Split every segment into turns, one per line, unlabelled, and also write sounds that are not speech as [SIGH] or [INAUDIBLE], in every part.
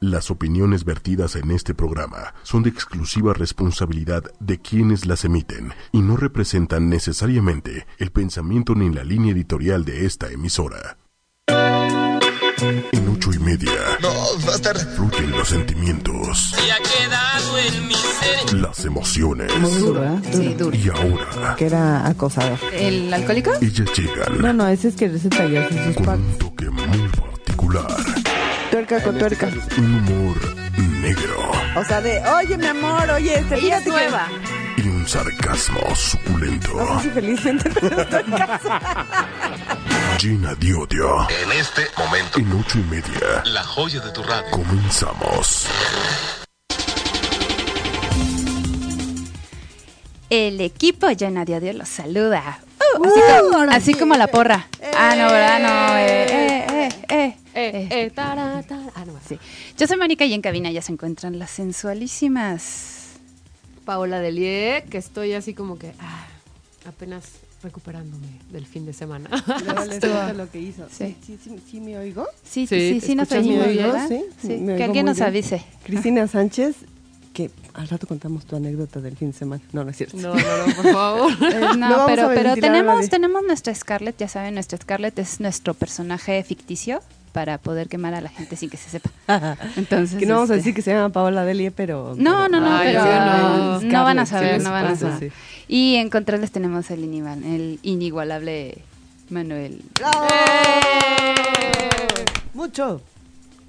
Las opiniones vertidas en este programa son de exclusiva responsabilidad de quienes las emiten y no representan necesariamente el pensamiento ni la línea editorial de esta emisora. En ocho y media
No, Buster.
fluyen los sentimientos,
Ya quedado en mi ser.
las emociones.
Muy duro, ¿eh?
Sí, duro.
Y ahora,
Que era acosador.
¿El alcohólico?
ellas
No,
llegan
no, ese es que se traía así sus
con un
packs.
toque muy particular,
Tuerca con tuerca.
un humor negro
O sea, de, oye, mi amor, oye, este,
Ella
fíjate
es
que-
[LAUGHS]
nueva.
y un sarcasmo suculento.
No sé si felizmente,
[LAUGHS]
pero estoy en casa.
Gina Diodio.
En este momento,
En ocho y media
la joya de tu radio.
comenzamos.
El equipo ya nadie Dios los saluda.
Ah,
Uh, así, como, así como la porra.
Eh,
Ah, no, ¿verdad? No. eh, eh, eh, eh, eh.
Este.
Ah, no, sí. Yo soy Mónica y en cabina ya se encuentran las sensualísimas.
Paola Delie, que estoy así como que ah, apenas recuperándome del fin
[LAUGHS]
de semana.
lo que hizo.
Sí.
¿Sí, sí, sí me oigo?
Sí,
Sí,
sí, sí, sí, nos
¿Escuchas mi
oímos,
oído?
¿verdad?
Sí, me
Sí, Que
oigo
alguien
muy
nos
bien. [LAUGHS]
avise. Eh,
Cristina Sánchez, que al rato contamos tu anécdota del fin de semana. No, no es cierto.
No, no, no, por favor.
Eh,
[LAUGHS]
No,
No vamos
pero,
a
pero
ventilar a
tenemos,
nadie.
tenemos nuestra Scarlett, ya saben, nuestra Scarlett es nuestro personaje ficticio para poder quemar a la gente sin que se
[LAUGHS]
sepa. Entonces,
que no vamos a
este,
decir que se llama Paola Delie, pero...
No, no, no,
Ay,
pero
sí,
no,
no.
van
Scarlett,
a saber,
sí,
no van a
sí,
saber.
sí.
Y en controles tenemos el, inigual- el inigualable Manuel.
Mucho.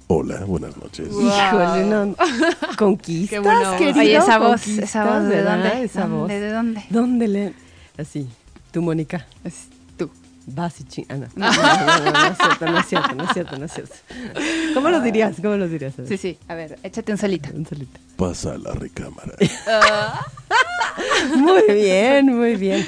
Hola, buenas noches.
Híjole, no.
[LAUGHS]
Conquistas,
Qué bueno.
querido.
Oye, esa voz,
conquistas,
esa voz, ¿de
¿verdad?
dónde?
Esa
¿Dónde,
voz.
de dónde?
¿Dónde le...? Así, tú, Mónica.
Es tú.
Vas y chingana. No, no, no, no, no es cierto, no es cierto, no es cierto, no es cierto. ¿Cómo los dirías? ¿Cómo los dirías? A ver,
Sí, sí, a ver, échate un solito.
Un solito.
Pasa a la recámara.
[LAUGHS] Muy bien, muy bien.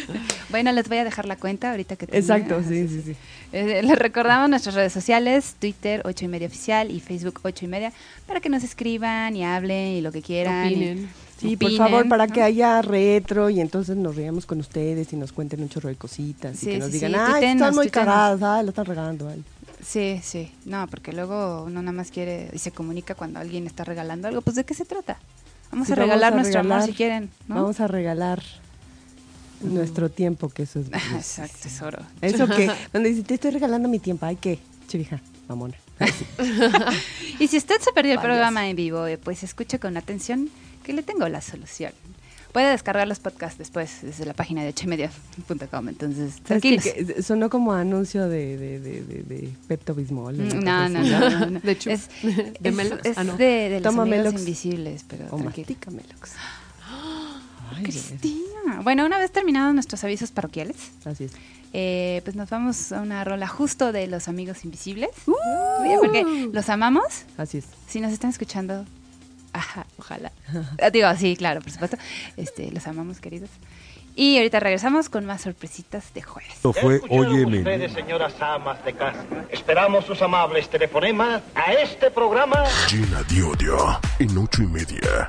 Bueno, les voy a dejar la cuenta ahorita que tenía.
Exacto, sí, sí, sí.
[LAUGHS] Eh, les recordamos nuestras redes sociales, Twitter 8 y media oficial y Facebook 8 y media, para que nos escriban y hablen y lo que quieran. y
Opinen.
Sí,
opinen,
por favor, para
¿no?
que haya retro y entonces nos riamos con ustedes y nos cuenten un chorro de cositas
Sí,
y que nos
sí,
digan,
sí,
ay,
tuitenos,
están muy
tuitenos".
cagadas, ay, la están regando. ay".
Sí, sí. No, porque luego uno nada más quiere y se comunica cuando alguien está regalando algo. Pues, ¿de qué se trata? Vamos
Sí,
a regalar nuestro amor
regalar-
si quieren, ¿no? [LAUGHS]
Vamos a regalar nuestro tiempo, que
[LAUGHS]
eso es.
Ah,
bellísimo.
Exacto, tesoro.
Eso
[LAUGHS]
que, cuando dice, te estoy regalando mi tiempo, ay, ¿qué? Chivija,
[LAUGHS]
mamona.
Y si usted se perdió el programa en vivo, eh, pues escuche con atención que le tengo la solución. Puede descargar los podcasts después desde la página de hmedia.com. Entonces,
¿Sabes qué?
tranquilos.
Que eh, sonó como anuncio de, de, de, de, de Pepto Bismol. una
Mm,
cosa
No,
así. [LAUGHS]
no, no. no, no.
De chup.
Es,
De
es-
Melox.
es
Ah, no.
de, de los
Toma
amigos
Melox.
invisibles, pero
O
tranquilo.
mastica Melox.
[GASPS]
Ay, bebé.
Cristina. Bueno, una vez terminados nuestros avisos parroquiales,
Así es.
Eh, pues nos vamos a una rola justo de los amigos invisibles. Sí, porque los amamos.
Así es.
Si nos están escuchando, ajá, ojalá. Ah, Digo, sí, claro, por supuesto. Este, los amamos, queridos. Y ahorita regresamos con más sorpresitas de jueves.
Ya escucharon ustedes, señoras amas de casa. Esperamos sus amables telefonemas a este programa.
Gina Diodio. En ocho y media.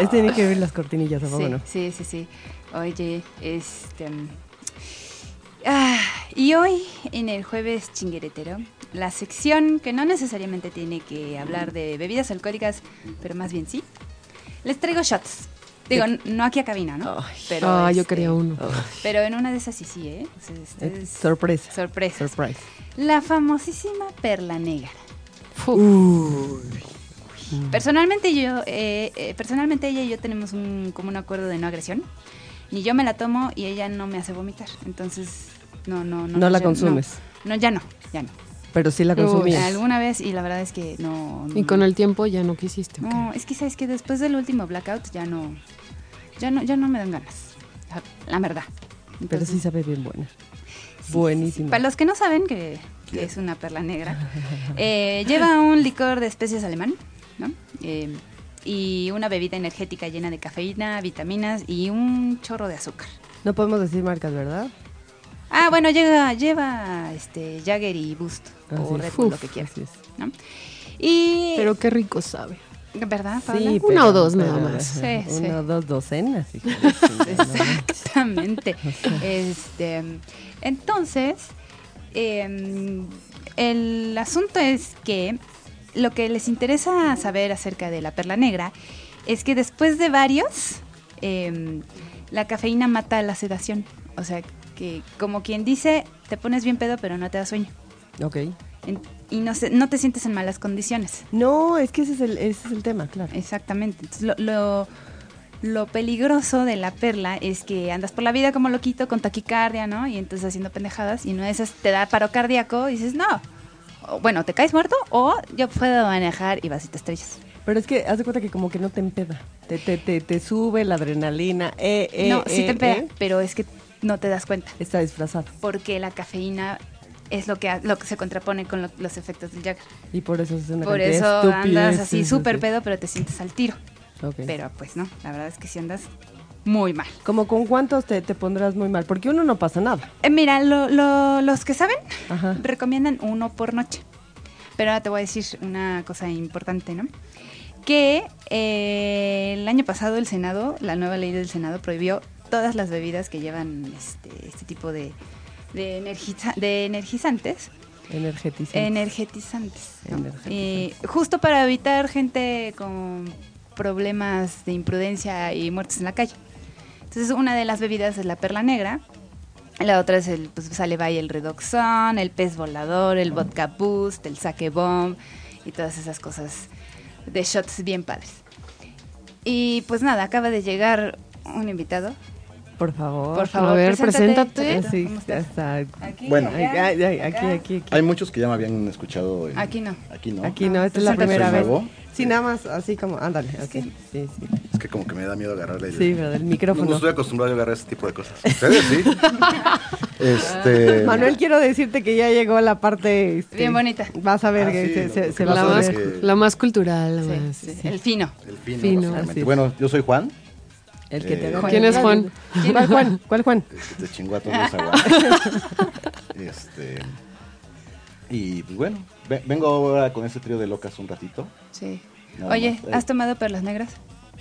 Es tiene que ver las cortinillas, ¿a poco
Sí,
no?
sí, sí, sí. Oye, este. mm, ah, y hoy, en el jueves chingueretero, la sección que no necesariamente tiene que hablar de bebidas alcohólicas, pero más bien sí, les traigo shots. Digo, n- no aquí a cabina, ¿no? Pero,
Ah, yo
este,
quería uno.
Pero en una de esas sí, sí, ¿eh? O sea, este
Eh,
es
Sorpresa.
sorpresa.
Surprise.
La famosísima perla negra.
Fu.
Personalmente yo, eh, eh, personalmente ella y yo tenemos un, como un acuerdo de no agresión. Ni yo me la tomo y ella no me hace vomitar. Entonces, no, no, no.
No la
ya-
consumes.
No, no, ya no, ya no.
Pero sí la
Uy,
consumías.
Alguna vez y la verdad es que no. no
Y con el tiempo ya no quisiste. ¿o qué?
No, es que sabes que después del último blackout ya no, ya no, ya no me dan ganas. La, la verdad.
Pero
Entonces,
sí sabe bien buena. Buenísima.
Para los que no saben que, que es una perla negra, eh, lleva un licor de especies alemán, ¿no? Eh, y una bebida energética llena de cafeína, vitaminas y un chorro de azúcar.
No podemos decir marcas, ¿verdad?
Ah, bueno, llega, lleva este Jagger y Boost
Así
o
es.
Red Bull, lo
Ah, Uf,
que quieras,
así es.
¿no? Y
Pero qué rico sabe.
¿verdad, Paola?
Sí,
Una
pero-
o dos nada
pero-
más.
Sí, sí.
Una o dos docenas. hijo de
[LAUGHS]
su madre.
Exactamente. este, entonces, em, el asunto es que lo que les interesa saber acerca de la perla negra es que después de varios, em, la cafeína mata la sedación. O sea, que como quien dice, te pones bien pedo pero no te da sueño.
Ok.
En- y no, se- no te sientes en malas condiciones.
No, es que ese es el, ese es el tema, claro.
Exactamente. Entonces, lo, lo- lo peligroso de la perla es que andas por la vida como loquito con taquicardia, ¿no? Y entonces haciendo pendejadas y no esas te da paro cardíaco y dices, no. O, bueno, te caes muerto o yo puedo manejar y vas y te estrellas.
Pero es que haz de cuenta que como que no te empeda. Te, te, te, te sube la adrenalina. Eh, eh,
no, sí
eh,
te pega,
eh.
pero es que no te das cuenta.
Está disfrazado.
Porque la cafeína es lo que, ha- lo que se contrapone con lo- los efectos del Jagger.
Y por eso es una
Por
cantidad de
eso andas
estupideces,
así súper
así.
pedo, pero te sientes al tiro.
Ok.
Pero pues no, la verdad es que si andas muy mal.
Como con cuántos te, te pondrás muy mal, porque uno no pasa nada.
Eh, mira, lo- lo- los que saben
Ajá.
recomiendan uno por noche. Pero ahora te voy a decir una cosa importante, ¿no? Que eh, el año pasado el Senado, la nueva ley del Senado prohibió todas las bebidas que llevan este, este tipo de, de, energiza- de energizantes,
Energetizante.
energetizantes. ¿no?
Energetizantes.
Eh, justo para evitar gente con problemas de imprudencia y muertes en la calle. Entonces, una de las bebidas es la perla negra. La otra es el pues, Saleva y el Redoxon, el pez volador, el vodka boost, el sake bomb y todas esas cosas de shots bien padres. Y pues nada, acaba de llegar un invitado.
Por favor.
Por favor,
a ver,
preséntate.
Sí,
¿Cómo estás?
hasta
Aquí,
Bueno.
Ay,
allá,
ay, ay,
acá.
aquí, aquí, aquí.
Hay muchos que ya me habían escuchado. en-
Aquí no.
Aquí no.
Aquí no, esta es la
Soy
primera vez.
nuevo.
Sí, nada más, así como, ándale, así. Sí, sí.
Es que como que me da miedo agarrarle. el-
Sí, ¿verdad? El
No, no
micrófono.
estoy acostumbrado a agarrar ese tipo de cosas. ¿Ustedes
[LAUGHS]
sí? este.
Manuel, quiero decirte que ya llegó la parte. este,
Bien bonita.
Vas a ver
Ah,
que
sí,
se,
lo-
se-
lo
se
que
va
La
pasa
a
es
más,
ver.
que-
la más cultural, la
Sí,
más,
sí,
sí.
El fino.
El fino,
Fino.
básicamente.
Así es.
Bueno, yo soy Juan.
El que te
Eh,
agarra.
¿Quién es Juan?
¿Cuál Juan? ¿Cuál Juan?
el que este, te chingó a todos los aguas.
[LAUGHS]
Este. Y pues bueno, ve- vengo ahora con ese trío de locas un ratito.
Sí.
Nada
Oye,
más. Ay.
¿has tomado perlas negras?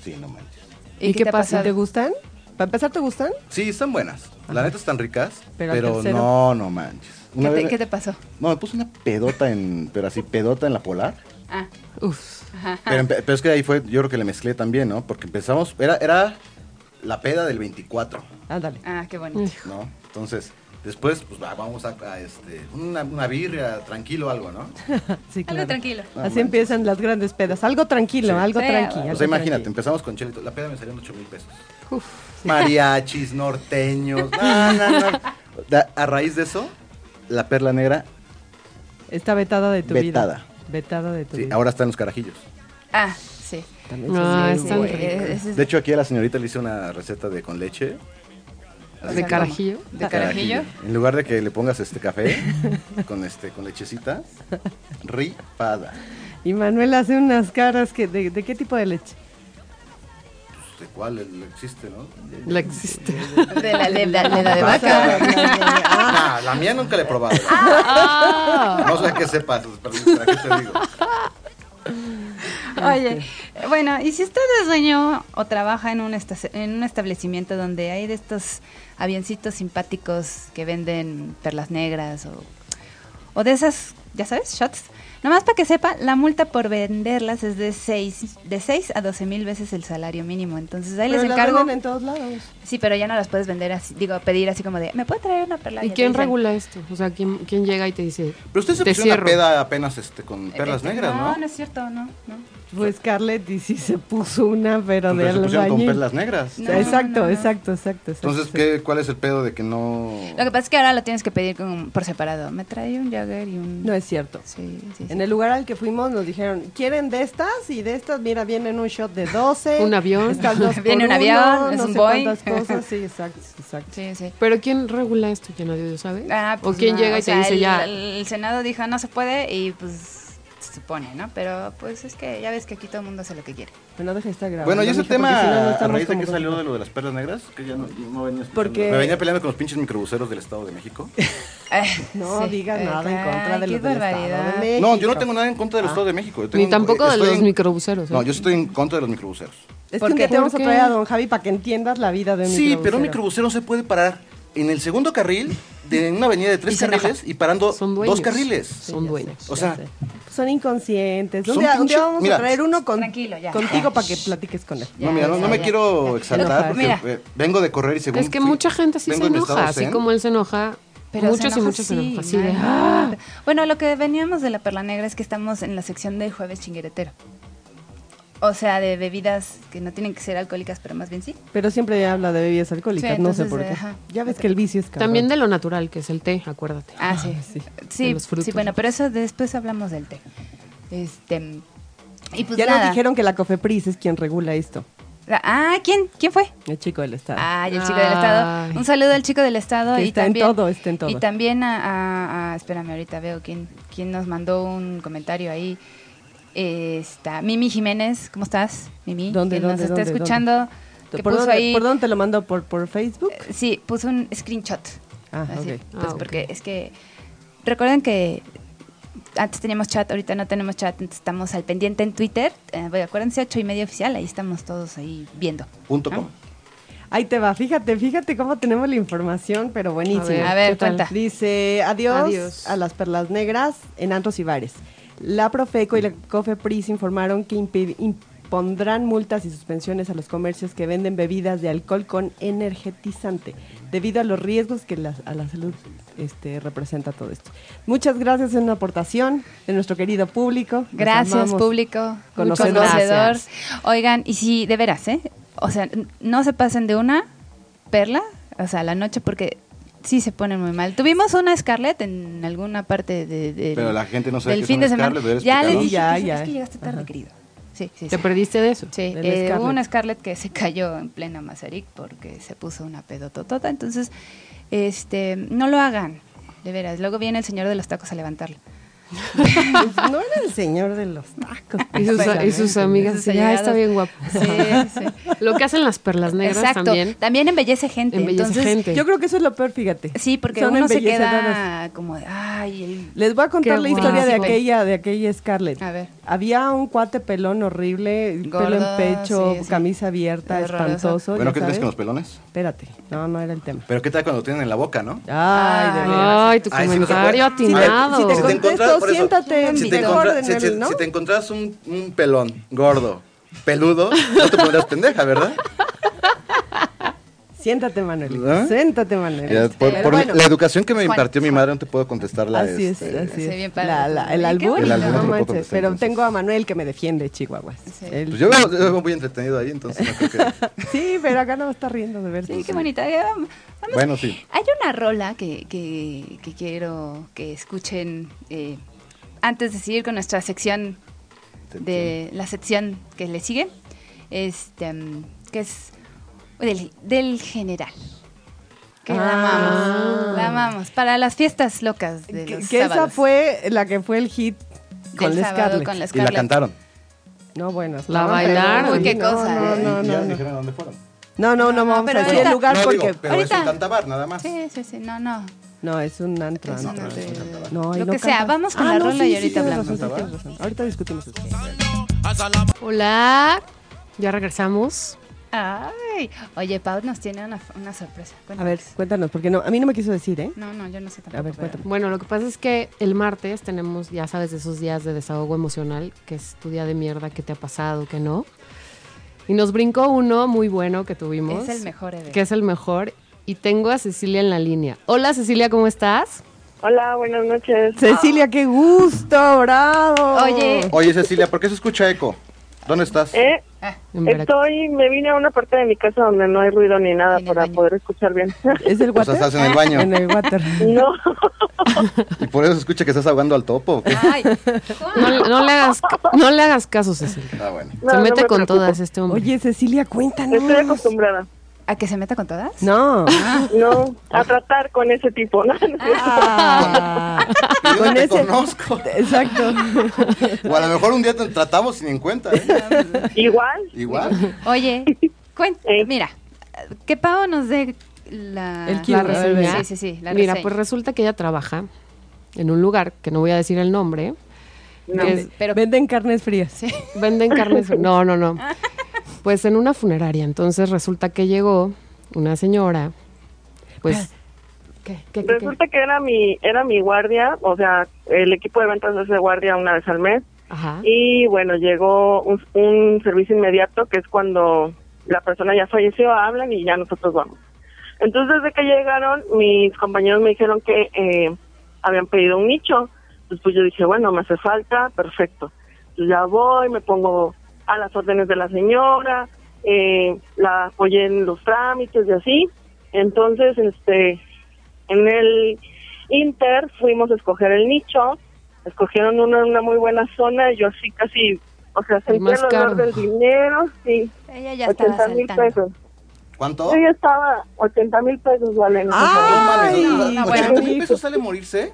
Sí, no manches.
¿Y, qué, te ha
¿Te
pasado?
gustan? Para empezar, ¿te gustan?
Sí, están buenas. La neta están ricas.
Pero
Pero,
al tercero.
no, no manches.
¿Qué
Una
te,
vez-
qué te pasó?
No, me puse una pedota en. Pero así, pedota en la polar.
Ah,
Uf.
ajá.
Pero, empe- pero es que ahí fue, yo creo que le mezclé también, ¿no? Porque empezamos, era, era la peda del 24,
Ándale.
Ah, qué bonito.
¿no? Entonces, después, pues va, vamos a, a, este, una, una birria, tranquilo, algo, ¿no?
Sí,
Algo
claro.
tranquilo.
No
Así
manches.
empiezan las grandes pedas. Algo tranquilo, algo
Sí,
tranqui.
o
Ah, O
algo
sea, imagínate,
tranqui.
empezamos con chelito, la peda me salieron 8 mil pesos. Mariachis, norteños, no, no, no. Da- a raíz de eso, la perla negra,
Está vetada de tu vida.
Vetada.
Vetada de tu
sí,
vida.
ahora está en los carajillos.
Ah, sí.
También son
No,
bien
Sí,
es tan
buenos.
eh,
rico.
ese es
De hecho, aquí a la señorita le hice una receta de con leche. Así
¿De
como-
carajillo?
de carajillo.
En lugar de que le pongas este café [LAUGHS] con este con lechecita, ripada.
Y Manuel hace unas caras que de, de qué tipo de leche.
Pues, ¿De cuál el- existe, no?
La existe.
De la de, la- de la de
[LAUGHS]
vaca.
Ah, la mía nunca la he probado. No sé qué sepas, pero ¿para qué te digo?
Oye, bueno, y si usted es dueño o trabaja en un, esta- en un establecimiento donde hay de estos avioncitos simpáticos que venden perlas negras o, o de esas, ya sabes, shots, nomás para que sepa, la multa por venderlas es de 6 de seis a 12 mil veces el salario mínimo. Entonces ahí les
las
encargo.
venden en todos lados.
Sí, pero ya no las puedes vender así, digo, pedir así como de, ¿me puede traer una perla?
¿Y
te
quién
dicen,
regula esto? O sea, ¿quién, quién llega y te dice,
Pero usted se
te
puso una
cierro?
peda apenas este, con
"Eh,
perlas
este,
negras, ¿no?
No, no es cierto, no, no.
Pues Scarlett y sí se puso una, pero de
Pero se pusieron con
albañil.
perlas negras.
No,
exacto,
no, no.
exacto, exacto, exacto.
Entonces, ¿qué, ¿cuál es el pedo de que no...?
Lo que pasa es que ahora lo tienes que pedir con- por separado. Me trae un Jagger y un...
No es cierto.
Sí, sí, sí.
En el lugar al que fuimos nos dijeron, ¿quieren de estas? Y de estas, mira, vienen un shot de 12.
Un avión.
Estas dos por
[LAUGHS] Viene un
uno,
avión, es
no
un
sé
Boeing. [LAUGHS]
cuántas cosas. Sí, exacto, exacto.
Sí, sí.
¿Pero quién regula esto? ¿Quién nadie lo sabe?
Ah, pues
¿O quién
no,
llega y
o sea,
te dice
el,
ya?
El Senado dijo no se puede y pues se supone, ¿no? Pero pues es que ya ves que aquí todo el mundo hace lo que quiere.
Bueno, deja de estar grabando.
Bueno, y ese
mija, porque
tema,
si no, no
a
estamos
raíz de
como
que
con-
salió de lo de las perlas negras, que ya no, no venía escuchando.
Porque-
Me venía peleando con los pinches microbuseros del Estado de México.
No
[LAUGHS] Sí.
diga
Eh,
nada en contra
ay,
de
qué
los del
barbaridad.
Estado de México.
No, yo no tengo nada en contra del Estado de México. yo tengo-
Ah. Ni tampoco de
estoy
los
en-
microbuseros. ¿eh?
No, yo estoy en contra de los microbuseros.
Es que
¿Por
un
qué?
día te vamos a
¿Por qué?
traer a don Javi para que entiendas la vida de un
Sí, pero
microbusero.
un microbusero se puede parar en el segundo carril de una avenida de tres
Y se enoja.
carriles y parando
Son dueños.
dos carriles.
Son dueños.
O sea,
Son inconscientes. Un
Son
día, un día
pinche-
vamos
mira.
a traer uno con-
Tranquilo, ya.
contigo para que platiques con él.
Ya,
no, mira, no,
ya,
no me
ya.
quiero exaltar porque
Mira.
eh, vengo de correr y según...
Es que
fui-
mucha gente sí
vengo
se
en mi
enoja,
estado
así
zen.
como él se enoja.
Pero
muchos
se
y
enoja
muchos se
así,
enojan. Así de,
imagínate.
"Ah".
Bueno, lo que veníamos de la Perla Negra es que estamos en la sección de jueves chingueretero. O sea, de bebidas que no tienen que ser alcohólicas, pero más bien sí.
Pero siempre habla de bebidas alcohólicas,
Sí,
no sé
entonces,
por qué.
ajá.
Ya ves que el vicio es cabrón.
También de lo natural, que es el té, acuérdate.
Ah, sí.
sí.
Sí,
De
sí,
los frutos.
bueno, pero eso después hablamos del té. Este. Y pues
ya
nada.
nos dijeron que la COFEPRIS es quien regula esto.
Ah, ¿quién? ¿Quién fue?
El chico del Estado.
Ah, y el chico del Estado.
Ay.
Un saludo al chico del Estado.
Que
y
está en
también,
todo, está en todo.
Y también a, a- a- espérame, ahorita veo quién, quién nos mandó un comentario ahí. Eh, está Mimi Jiménez, ¿cómo estás, Mimi?
¿Dónde,
que nos
dónde,
está
dónde,
escuchando. que
¿Por,
puso
dónde,
ahí,
por dónde te lo mando? ¿Por, por Facebook?
eh, Sí, puso un screenshot.
Ah,
así,
ok.
Pues
Ah, ok.
porque es que, recuerden que antes teníamos chat, ahorita no tenemos chat, entonces estamos al pendiente en Twitter. Eh, bueno, acuérdense, ocho y media oficial, ahí estamos todos ahí viendo.
Punto
¿no?
com.
Ahí te va, fíjate, fíjate cómo tenemos la información, pero buenísimo.
ver,
A ver,
¿qué tal?
cuenta.
Dice adiós,
Adiós.
a las perlas negras en antros y bares. La Profeco y la COFEPRIS informaron que impi- impondrán multas y suspensiones a los comercios que venden bebidas de alcohol con energetizante, debido a los riesgos que la- a la salud este, representa todo esto. Muchas gracias, es una aportación de nuestro querido público. Los
Gracias,
amamos.
público.
Conocedor.
Conocedor.
Gracias.
Oigan, y si, de veras, ¿eh? O sea, n- no se pasen de una perla, o sea, la noche, porque sí se ponen muy mal. Tuvimos una Scarlett en alguna parte de, del-
Pero la gente no sabe
del
qué
fin
es
de
una
semana.
Scarlett, ¿verdad?
ya les
Explícanos.
dije,
Ya,
es-
ya.
es que llegaste tarde, querido. Sí, sí, sí.
¿Te perdiste de eso?
Sí,
Del
eh, hubo
Scarlett.
una Scarlett que se cayó en plena Mazarik porque se puso una pedototota. Entonces, este, no lo hagan, de veras. Luego viene el señor de los tacos a levantarlo.
Pues no era el señor de los tacos.
Y
[LAUGHS]
sus, y sus amigas,
Sus
así, "Ah, está
allegadas".
bien guapo.
[LAUGHS] Sí, sí.
Lo que hacen las perlas negras
Exacto.
también.
embellece gente.
Embellece
Entonces,
gente.
Yo creo que eso es lo peor, fíjate.
Sí, porque
Son
uno se
embellecedoras.
queda como de, ay, el...
Les voy a contar
Qué
la historia de
guapo.
aquella, de aquella Scarlett.
A ver.
Había un cuate pelón horrible, pelo en
Gordo,
pecho,
sí, sí.
camisa abierta,
Horroroso.
espantoso.
Bueno,
ya
¿qué
sabes.
crees con los pelones?
Espérate, no, no era el tema.
Pero ¿qué tal cuando lo tienen en la boca, no?
Ay, de veras.
Ay, tu
Ay, sí, no se
comentario
puede.
atinado.
Si te- si
Si te
Contesto,
encontrabas- por eso,
siéntate,
si te
mejor
encontra-
en
si-
el-
si-
¿no?
si te encontrabas un, un pelón gordo, peludo, no te pondrías pendeja,
[LAUGHS]
¿verdad?
Siéntate, Manuel.
¿Ah?
Siéntate, Manuel. Este,
Mira, por-
Pero
por mi-
bueno,
la educación que me
Juan,
impartió mi madre no te puedo contestar la
así es,
este,
así
Sí,
es.
bien padre.
La- la- el
Ay, qué
albur,
bonito. El albur
no
no te lo
manches,
puedo contestar,
pero
entonces.
tengo a Manuel que me defiende, Chihuahuas.
Sí.
Él-
Pues yo veo, yo veo muy entretenido ahí, entonces no creo
[LAUGHS]
que...
sí, pero acá no me está riendo de ver.
Sí, qué bonita. Eh, vamos- vamos.
Bueno, sí.
Hay una rola que, que, que quiero que escuchen eh, antes de seguir con nuestra sección de la sección que le sigue, este, mm, que es del, del general. Que la
Ah.
amamos, la amamos. Para las fiestas locas de
Que,
los
que esa
sábados.
fue la que fue el hit con
Del
la
sábado
Scarlett.
con la
Y la
Scarlett.
cantaron.
No, bueno.
La
no,
bailaron.
pero-
Uy, qué
no,
cosa,
No,
¿eh?
no,
Y ya
no, no.
dijeron a dónde fueron.
No, no, no
No,
vamos a
pero
decir el
ahorita-
lugar
No, digo,
porque...
pero es un
ahorita-
cantabar, nada más.
Sí, sí, sí, no, no.
No, es un antro.
Es un
antro.
antro.
No, y
Lo
no
que sea,
cantas.
vamos con
Ah,
la
no,
rola
sí,
y
sí,
ahorita
tienes
hablamos.
razón, sí, tienes razón. Ahorita discutimos eso.
Hola. Ya regresamos.
Ay, oye, Pau nos tiene una, una sorpresa.
A
Cuéntanos.
ver, cuéntanos, porque no, a mí no me quiso decir, ¿eh?
No, no, yo no sé tampoco.
A ver,
pero-
cuéntame.
Bueno, lo que pasa es que el martes tenemos, ya sabes, de esos días de desahogo emocional, que es tu día de mierda, que te ha pasado, que no. Y nos brincó uno muy bueno que tuvimos.
Es el mejor, Eve.
Que es el mejor. Y tengo a Cecilia en la línea. Hola Cecilia, ¿cómo estás?
Hola, buenas noches.
Cecilia, qué gusto, bravo.
Ah. Oye,
Oye, Cecilia, ¿por qué se escucha eco? ¿Dónde estás?
Eh,
En Veracruz.
estoy, me vine a una parte de mi casa donde no hay ruido ni nada
En el
para
baño.
poder escuchar bien. [LAUGHS]
¿es el water?
O sea, Pues estás en el baño.
En el water.
no,
Y por eso se escucha que estás ahogando al topo.
[LAUGHS]
¿o qué?
ay,
No, no le hagas, ca- no le hagas caso, Cecilia.
Ah, bueno.
no,
Se
no
mete
me
con
preocupo.
todas este hombre.
Oye, Cecilia, cuéntanos.
Estoy acostumbrada.
¿a que se meta con todas?
No.
No, a tratar con ese tipo. ¿no?
Ah.
Yo no
Con
te
ese-
conozco.
[LAUGHS] Exacto.
O a lo mejor un día te tratamos sin en cuenta,
[LAUGHS]
¿eh?
[LAUGHS] Igual,
Igual.
Oye, cuen-
Eh.
mira, que Pau nos dé la,
El
la
a ver,
reseña.
Sí, sí, sí, la
Mira,
reseña.
pues resulta que ella trabaja en un lugar que no voy a decir el nombre.
No.
que es-
Pero,
Venden carnes frías.
Venden carnes. No, no, no. Pues en una funeraria. Entonces resulta que llegó una señora, pues ¿Qué, qué, qué?
Resulta que era mi, era mi guardia, o sea, el equipo de ventas hace guardia una vez al mes.
Ajá.
Y bueno, llegó un, un servicio inmediato, que es cuando la persona ya falleció, hablan y ya nosotros vamos. Entonces, desde que llegaron, mis compañeros me dijeron que eh, habían pedido un nicho. Entonces, pues yo dije, bueno, me hace falta, perfecto. Entonces, Pues ya voy, me pongo a las órdenes de la señora, eh, la apoyé en los trámites y así. Entonces, este, en el Inter fuimos a escoger el nicho, escogieron uno en una muy buena zona, y yo así casi, o sea, sentí
más
el
caro.
olor del dinero, sí.
Ella ya estaba
80 mil
saltando.
pesos.
¿Cuánto?
Yo ya estaba 80 mil pesos, vale.
Ah,
Ay,
No,
no,
no,
no,
bueno.
¿80 mil pesos sale morirse?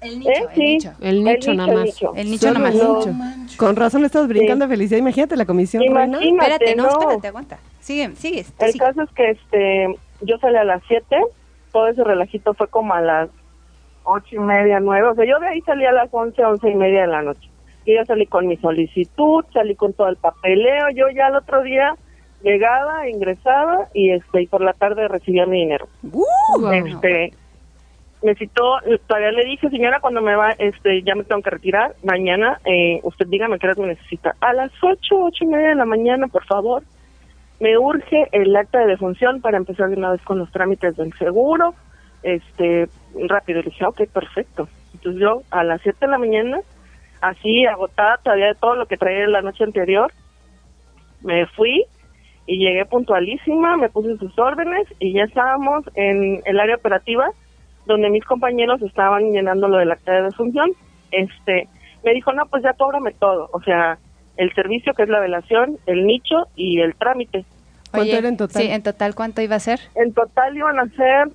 El nicho,
¿Eh?
el
Sí.
nicho.
El nicho
el
nada más.
nicho.
El nicho nomás.
Solo
nicho.
el Con razón estás brincando de felicidad. Imagínate la comisión, Reina.
Imagínate,
Espérate, no,
no.
espérate, aguanta. Sigue, sigue. tú
El
sigue.
caso es que este, yo salí a las 7, todo ese relajito fue como a las ocho y media, nueve, o sea, yo de ahí salí a las 11, once y media de la noche. Y yo salí con mi solicitud, salí con todo el papeleo, yo ya el otro día llegaba, ingresaba y este y por la tarde recibía mi dinero.
Guau.
Este, me citó, todavía le dije, señora, cuando me va, este, ya me tengo que retirar, mañana, eh, usted dígame qué horas me necesita. A las ocho, ocho y media de la mañana, por favor, me urge el acta de defunción para empezar de una vez con los trámites del seguro, este, rápido. Le dije, "Ah, ok, perfecto. Entonces yo a las siete de la mañana, así agotada todavía de todo lo que traía la noche anterior, me fui y llegué puntualísima, me puse sus órdenes y ya estábamos en el área operativa donde mis compañeros estaban llenando lo del acta de defunción. Este, me dijo, no, pues ya cóbrame todo, o sea, el servicio que es la velación, el nicho y el trámite.
¿Cuánto
Oye,
era en total?
Sí, en total, ¿cuánto iba a ser?
En total iban a ser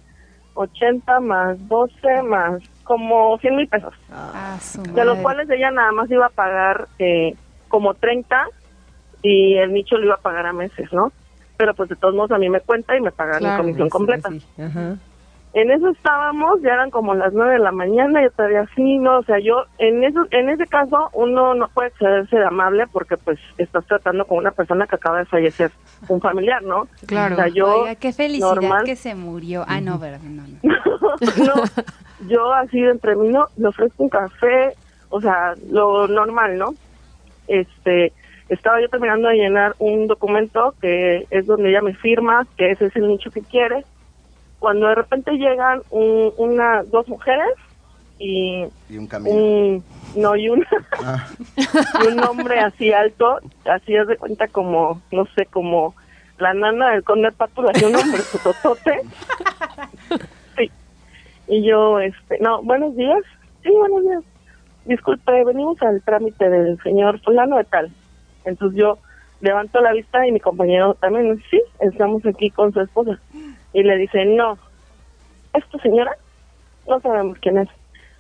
80 más 12 más como 100 mil pesos,
Ah, su
de los
madre.
cuales ella nada más iba a pagar eh, como 30 y el nicho lo iba a pagar a meses, ¿no? Pero pues de todos modos a mí me cuenta y me pagan la
Claro,
comisión
Sí,
completa.
sí, Ajá.
En eso estábamos, ya eran como las nueve de la mañana, yo todavía así, no, o sea, yo, en eso, en ese caso, uno no puede excederse de amable porque, pues, estás tratando con una persona que acaba de fallecer, un familiar, ¿no?
Claro.
O sea, yo,
Oiga, qué felicidad
normal.
que se murió. Ah, no, verdad, no, no.
no, yo así de entre mí, no, le ofrezco un café, o sea, lo normal, ¿no? Este, estaba yo terminando de llenar un documento que es donde ella me firma, que ese es el nicho que quiere. Cuando de repente llegan un- una, dos mujeres y
Y un camión.
un, no, y un,
Ah,
y [LAUGHS] un hombre así alto, así haz de cuenta como, no sé, como la nana del conde Pátula, así un hombre totote. Sí. Y yo, este, no, buenos días. Sí, buenos días. Disculpe, venimos al trámite del señor fulano de tal. Entonces yo levanto la vista y mi compañero también, sí, estamos aquí con su esposa. Y le dice, no, esta señora, no sabemos quién es.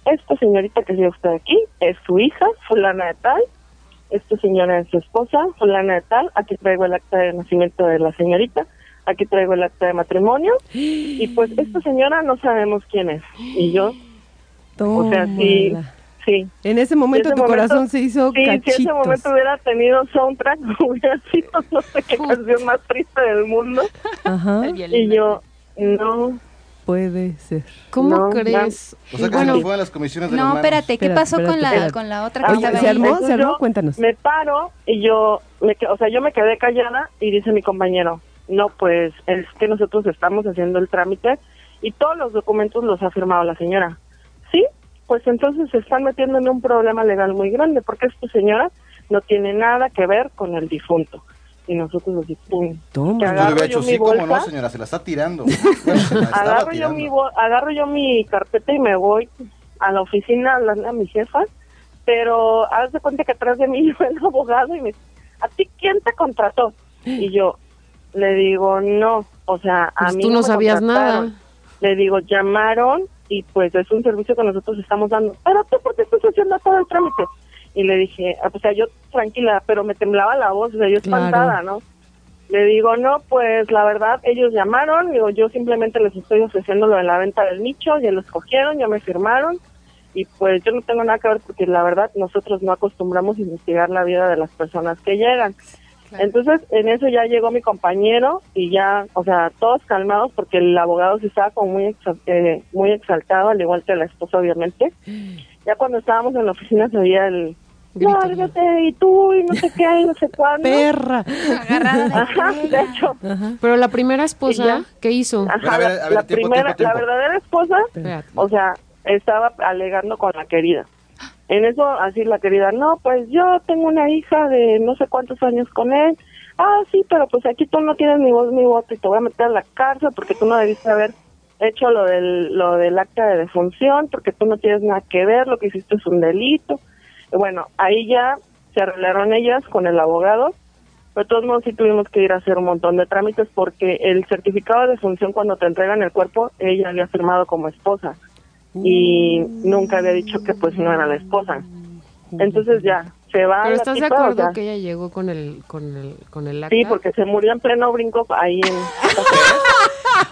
Esta señorita que lleva usted aquí es su hija, fulana de tal. Esta señora es su esposa, fulana de tal. Aquí traigo el acta de nacimiento de la señorita. Aquí traigo el acta de matrimonio. Y pues esta señora no sabemos quién es. Y yo, o sea, sí,
Tómala.
sí.
En ese Oh, momento
Ese
tu
momento-
corazón se hizo
Sí,
cachitos.
si ese momento hubiera tenido soundtrack, [LAUGHS] hubiera sido no sé
[LAUGHS]
qué canción más triste del mundo.
Ajá.
Y yo, no,
Puede ser.
¿Cómo
No,
crees?
o sea, que se
bueno,
nos fueron las comisiones de los
No,
manos.
espérate, ¿qué
Espérate,
pasó con,
espérate,
la,
espérate.
con la otra que
Ah,
Oye,
estaba
¿se
ahí? [LAUGHS]
armó?
Entonces
¿Se armó?
yo
Cuéntanos.
Me paro y yo, me, que- o sea, yo me quedé callada y dice mi compañero, no, pues es que nosotros estamos haciendo el trámite y todos los documentos los ha firmado la señora. Sí, pues entonces se están metiendo en un problema legal muy grande porque esta señora no tiene nada que ver con el difunto. Y nosotros así, pum.
Toma.
Yo
Que
le
agarro
hubiera
yo
hecho
mi
sí, como no,
bolsa,
señora, se la está tirando. Bueno,
[LAUGHS]
se la estaba
agarro yo
tirando.
mi bol- agarro yo mi carpeta y me voy a la oficina a hablarle a mi jefa pero haz de cuenta que atrás de mí [LAUGHS] iba el abogado y me dice, ¿a ti quién te contrató? Y yo le digo, no, o sea, a
Pues
mí
tú no
me
sabías
contrataron".
nada.
Le digo, llamaron y pues es un servicio que nosotros estamos dando. Pero tú, ¿por qué estás haciendo todo el trámite? Y le dije, ah, o sea, yo tranquila, pero me temblaba la voz, o sea, yo
Claro.
espantada, ¿no? Le digo, no, pues la verdad, ellos llamaron, digo, yo simplemente les estoy ofreciendo lo de la venta del nicho, ya lo escogieron, ya me firmaron, y pues yo no tengo nada que ver porque la verdad nosotros no acostumbramos a investigar la vida de las personas que llegan. Entonces, en eso ya llegó mi compañero y ya, o sea, todos calmados porque el abogado se estaba como muy, exa- eh, muy exaltado, al igual que la esposa, obviamente. Ya cuando estábamos en la oficina se oía el... Lárgate, y tú, y no sé qué, y no sé cuándo.
Perra.
Ajá, de hecho.
Pero la primera
Y ya.
esposa, ¿qué hizo?
Ajá, la- la primera, la verdadera esposa,
Espérate.
o sea, estaba alegando con la querida. En eso, así la querida, no, pues yo tengo una hija de no sé cuántos años con él. Ah, sí, pero pues aquí tú no tienes ni voz ni voto y te voy a meter a la cárcel porque tú no debiste haber hecho lo del, lo del acta de defunción porque tú no tienes nada que ver, lo que hiciste es un delito. Y bueno, ahí ya se arreglaron ellas con el abogado pero de todos modos sí tuvimos que ir a hacer un montón de trámites porque el certificado de función cuando te entregan el cuerpo, ella había firmado como esposa y
Mm.
nunca había dicho que pues no era la esposa. Entonces ya, se va
Pero
la
estás de
tipa, o
acuerdo
sea,
que ella llegó con el con el con el acta.
Sí, porque se murió en pleno brinco ahí
[LAUGHS]
en...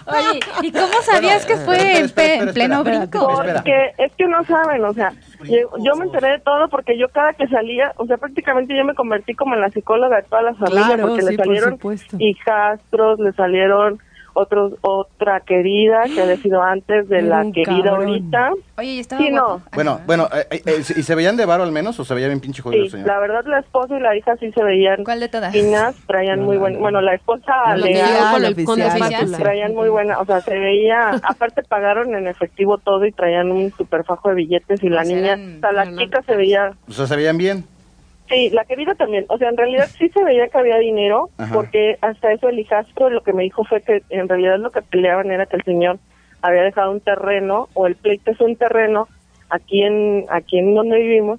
Oye, ¿y cómo sabías que fue en, pe- en pleno brinco?
Porque es que no saben, o sea, yo, yo me enteré de todo porque yo cada que salía, o sea, prácticamente yo me convertí como en la psicóloga de todas las familias
Claro,
porque
sí,
le
por
salieron
supuesto.
hijastros, le salieron otros otra querida que había sido antes de la
Un
querida
cabrón.
ahorita.
Oye, y estaba
Sí,
guapo. Ah,
no.
Bueno, bueno, eh, eh, eh, ¿y se veían de varo al menos o se veía bien pinche jodido
Sí,
el señor?
la verdad la esposa y la hija sí se veían
¿Cuál de todas?
finas, traían muy buen, bueno, la esposa
La
leal,
llegó con el-
oficial,
con la
oficial. Ah,
espátula.
traían muy buena, o sea, se veía, aparte pagaron en efectivo todo y traían un super fajo de billetes y la
Pues
O sea,
niña,
eran-
o sea, la
eran
chica se veía
O sea, se veían bien.
Sí, la querida también. O sea, en realidad sí se veía que había dinero,
Ajá.
porque hasta eso el hijastro lo que me dijo fue que en realidad lo que peleaban era que el señor había dejado un terreno, o el pleito es un terreno, aquí en, aquí en donde vivimos,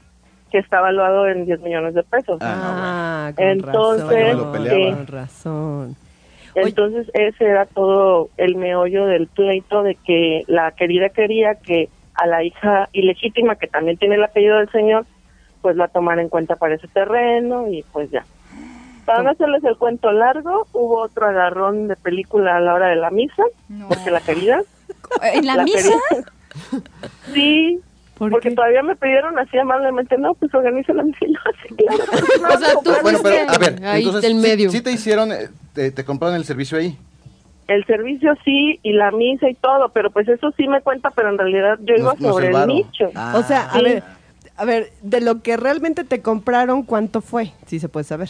que está valuado en 10 millones de pesos.
Ah, no, bueno.
Ah, con
Entonces,
razón.
sí.
Con razón. oye.
Entonces ese era todo el meollo del pleito de que la querida quería que a la hija ilegítima, que también tiene el apellido del señor, pues la tomara en cuenta para ese terreno y pues ya. Para no hacerles el cuento largo, hubo otro agarrón de película a la hora de la misa,
No. Eh,
porque la querida...
¿En la, misa?
querida- sí,
¿Por
porque
qué?
todavía me pidieron así amablemente, no, pues organiza la misa y yo así, [LAUGHS] claro. pues,
O sea, tú
Bueno, pero a ver,
ahí
entonces
del
sí-
medio.
sí te hicieron, eh, te, te compraron el servicio ahí.
El servicio sí, y la misa y todo, pero pues eso sí me cuenta, pero en realidad yo iba
Nos- nos
sobre el
salvaron.
nicho.
Ah.
O sea, a
Sí.
ver, a ver, de lo que realmente te compraron, ¿cuánto fue? Sí se puede saber.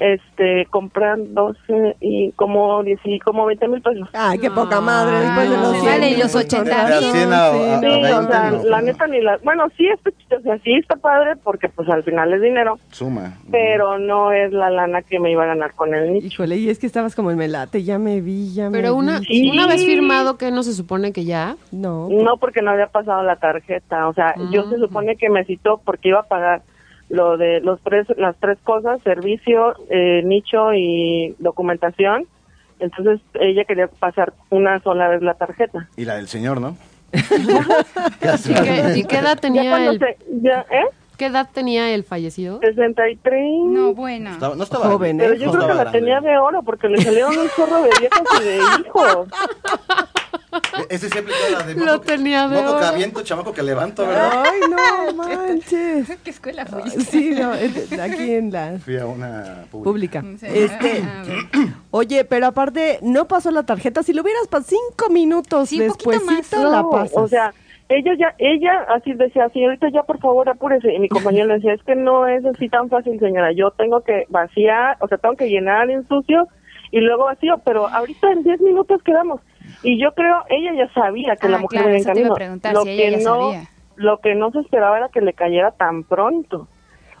Este, compran 12 y como 10 y como 20 mil pesos.
Ay, qué poca madre, después de
no
los
se
100.
vale, y los
pues,
80
con
mil. De a 100 a-
razón,
a-
Sí,
sí, no.
veinte,
o sea,
no,
la
no.
neta ni la... Bueno, sí, está, ch- o sea, sí está padre porque pues al final es dinero,
Suma.
pero no es la lana que me iba a ganar con el nicho.
Híjole, y es que estabas como en melate, ya me vi, ya me
Pero una,
vi.
Sí.
una vez firmado que no se supone que ya.
No.
No, porque no había pasado la tarjeta. O sea, yo se supone que me citó porque iba a pagar lo de los tres, las tres cosas, servicio, eh, nicho y documentación. Entonces ella quería pasar una sola vez la tarjeta.
Y la del señor,
[LAUGHS]
¿no? [LAUGHS]
¿Y qué, y qué edad
ya
tenía
cuando
el
se, ya, ¿eh?
qué edad tenía el fallecido?
63.
No, bueno.
Estaba- no estaba
Joven,
Pero yo
No
creo que
estaba
la
grande.
tenía de oro porque le salieron un chorro de viejas y de hijos.
E- Ese sí aplicó la de
Lo
moco-
tenía de
Moco
oro.
caviento, chamaco que levanto, ¿verdad?
Ay, no, manches.
¿Qué escuela fue?
Sí, no, es- aquí en la
Fui a una pública.
pública. Este,
Ah,
oye, pero aparte, no pasó la tarjeta. Si lo hubieras pasado cinco minutos
Sí, un
después,
poquito más.
la
No,
pasas.
O sea, ella ya, ella así decía, señorita, ya por favor apúrese. Y mi compañero le decía, es que no es así tan fácil, señora. Yo tengo que vaciar, o sea, tengo que llenar en sucio y luego vacío, pero ahorita en 10 minutos quedamos. Y yo creo, ella ya sabía que
Ah,
la mujer
claro,
venía en
eso te iba a
camino.
preguntar,
lo
si
que
ella ya
no,
sabía.
Lo que no se esperaba era que le cayera tan pronto.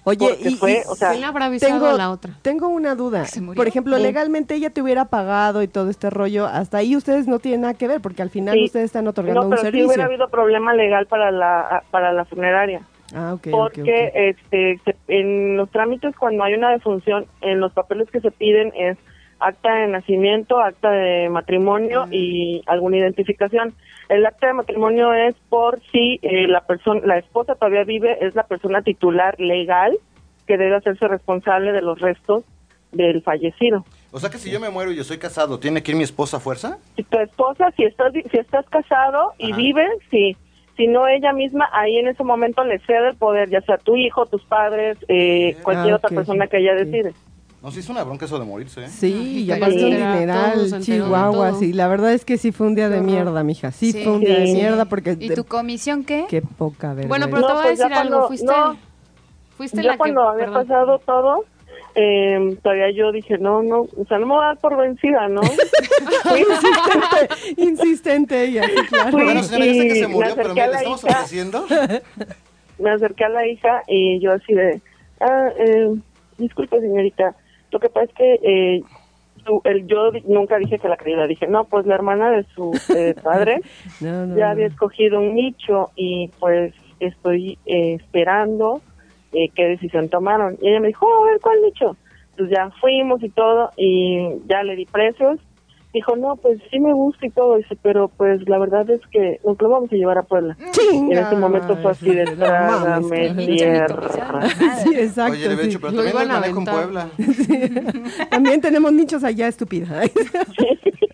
Oye,
porque
y,
fue,
y
o sea,
¿Quién le habrá avisado a la otra?
tengo una duda.
¿Que se murió?
Por ejemplo,
Sí.
legalmente ella te hubiera pagado y todo este rollo. Hasta ahí ustedes no tienen nada que ver, porque al final
Sí.
ustedes están otorgando
no,
un
pero sí
servicio.
hubiera habido problema legal para la, para la funeraria.
Ah, ok, ok,
porque
ok.
este se- en los trámites cuando hay una defunción en los papeles que se piden es acta de nacimiento, acta de matrimonio
Mm.
y alguna identificación. El acta de matrimonio es por si eh, la persona la esposa todavía vive es la persona titular legal que debe hacerse responsable de los restos del fallecido.
O sea que si yo me muero y yo soy casado, ¿tiene que ir mi esposa a fuerza?
Si tu esposa, si estás, vi- si estás casado y
Ajá.
vives, si, si no ella misma, ahí en ese momento le cede el poder, ya sea tu hijo, tus padres, eh, cualquier
Ah,
otra
ok,
persona que ella
ok.
decide.
No, sí es una bronca eso de morirse, ¿eh?
Sí, y
ya
aparte un dineral, Chihuahua, sí. La verdad es que sí fue un día de mierda, mija. Sí, fue un día de mierda porque...
¿Y
de-
tu comisión qué?
Qué poca vergüenza.
Bueno, pero te voy a
pues ya
decir algo.
cuando-
Fuiste,
no.
fuiste
ya
la que.
cuando había
perdón.
pasado todo, eh, todavía yo dije, no, no, o sea, no me voy a dar por vencida,
[LAUGHS]
¿no?
Fue insistente, insistente ella,
[LAUGHS]
sí, claro.
Fui
Bueno, señora, ya sé que
y
se
me
murió,
acerqué
pero mire,
a
le
la
estamos
[LAUGHS]
hija.
ofreciendo.
me acerqué a la hija y yo así de, ah, eh, disculpe señorita, lo que pasa es que eh, su- el, yo di- nunca dije que la querida, dije, no, pues la hermana de su eh, padre
No, no,
ya
no.
había escogido un nicho y pues estoy eh, esperando eh, qué decisión tomaron. Y ella me dijo, oh, a ver, ¿cuál nicho? Pues ya fuimos y todo y ya le di precios. Dijo, no, pues sí me gusta y todo, dice, pero pues la verdad es que nos lo vamos a llevar a Puebla.
Chinga.
En ese momento fue así de trágame tierra.
[LAUGHS] Sí, exacto.
Oye, le había
sí.
dicho, pero
Lo
también
iban
el
a
manejo en
aventar.
Puebla.
[LAUGHS]
También tenemos nichos allá, estúpida. [LAUGHS]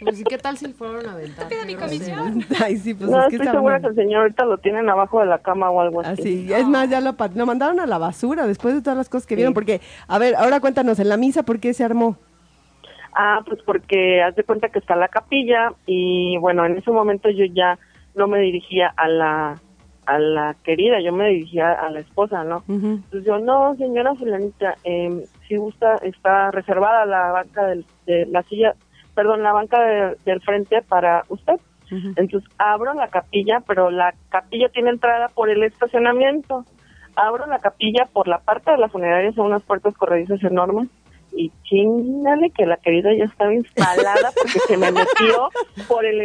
Pues, ¿y qué tal si fueron a aventar? Qué
mi
grosero.
comisión.
Ay, sí, pues
No,
es que
estoy
está
segura
mal.
que el señor ahorita lo tienen abajo de la cama o algo así.
Así, es más, ya lo, pat- lo mandaron a la basura después de todas las cosas que vieron. Porque, a ver, ahora cuéntanos, en la misa, ¿por qué se armó?
Ah, pues porque haz de cuenta que está la capilla y bueno, en ese momento yo ya no me dirigía a la a la querida, yo me dirigía a la esposa, ¿no?
Ujú.
Entonces yo, no, señora fulanita, eh, si gusta, está reservada la banca del- de la silla, perdón, la banca de- del frente para usted. Entonces abro la capilla, pero la capilla tiene entrada por el estacionamiento. Abro la capilla por la parte de la funeraria, son unas puertas corredizas enormes. Y chingale que la querida ya estaba instalada porque se me metió por el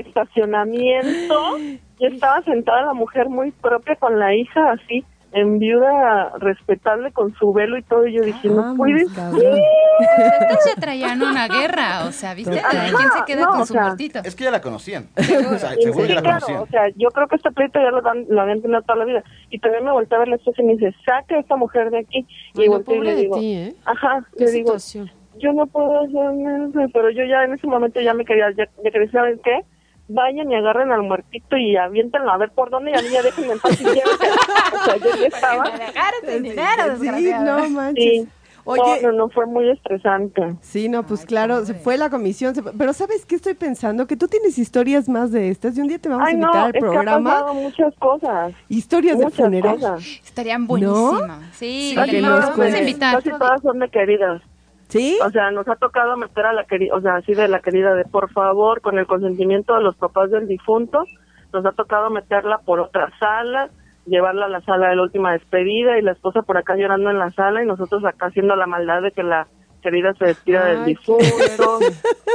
estacionamiento. Yo estaba sentada la mujer muy propia con la hija así, en viuda respetable con su velo y todo. Y yo dije, no
Vamos,
puedes.
cabrón.
Ustedes ya traían una guerra, o sea, ¿viste?
Ajá,
¿Quién se queda
no,
con
o
su
sea,
muertito?
Es que ya
[LAUGHS]
la conocían. O sea, seguro
Sí,
ya la
claro,
conocían.
o sea, yo creo que este pleito ya lo, dan- lo habían tenido toda la vida. Y también me volteé a ver la esposa y me dice, saque a esta mujer de aquí. y
Bueno,
volteé y
pobre
le
de
digo,
ti, ¿eh?
ajá,
Qué
le digo,
situación.
yo no puedo hacer nada, pero yo ya en ese momento ya me quería, ya, ya quería, ¿saben qué? Vayan y agarren al muertito y aviéntenlo a ver por dónde y a mí ya [LAUGHS] déjenme en paz y llévense. O sea, yo ya estaba.
Me dejaron sin dinero,
Sí,
desgraciado.
no manches.
Sí.
Oye,
No, no, no, fue muy estresante.
Sí, no, pues claro, se fue la comisión. se fue- Pero ¿sabes qué estoy pensando? Que tú tienes historias más de estas y un día te vamos
Ay,
a
no,
invitar al
es que ha
programa
pasado muchas cosas.
Historias de
Muchas
funeral.
cosas.
Estarían buenísimas. Sí,
Para que
no,
nos
vamos a
cuentes.
invitar.
Casi todas son de queridas.
¿Sí?
O sea, nos ha tocado meter a la querida, o sea, así de la querida de por favor, con el consentimiento de los papás del difunto, nos ha tocado meterla por otra sala, llevarla a la sala de la última despedida y la esposa por acá llorando en la sala y nosotros acá haciendo la maldad de que la querida se despida del
Ay, qué
difunto.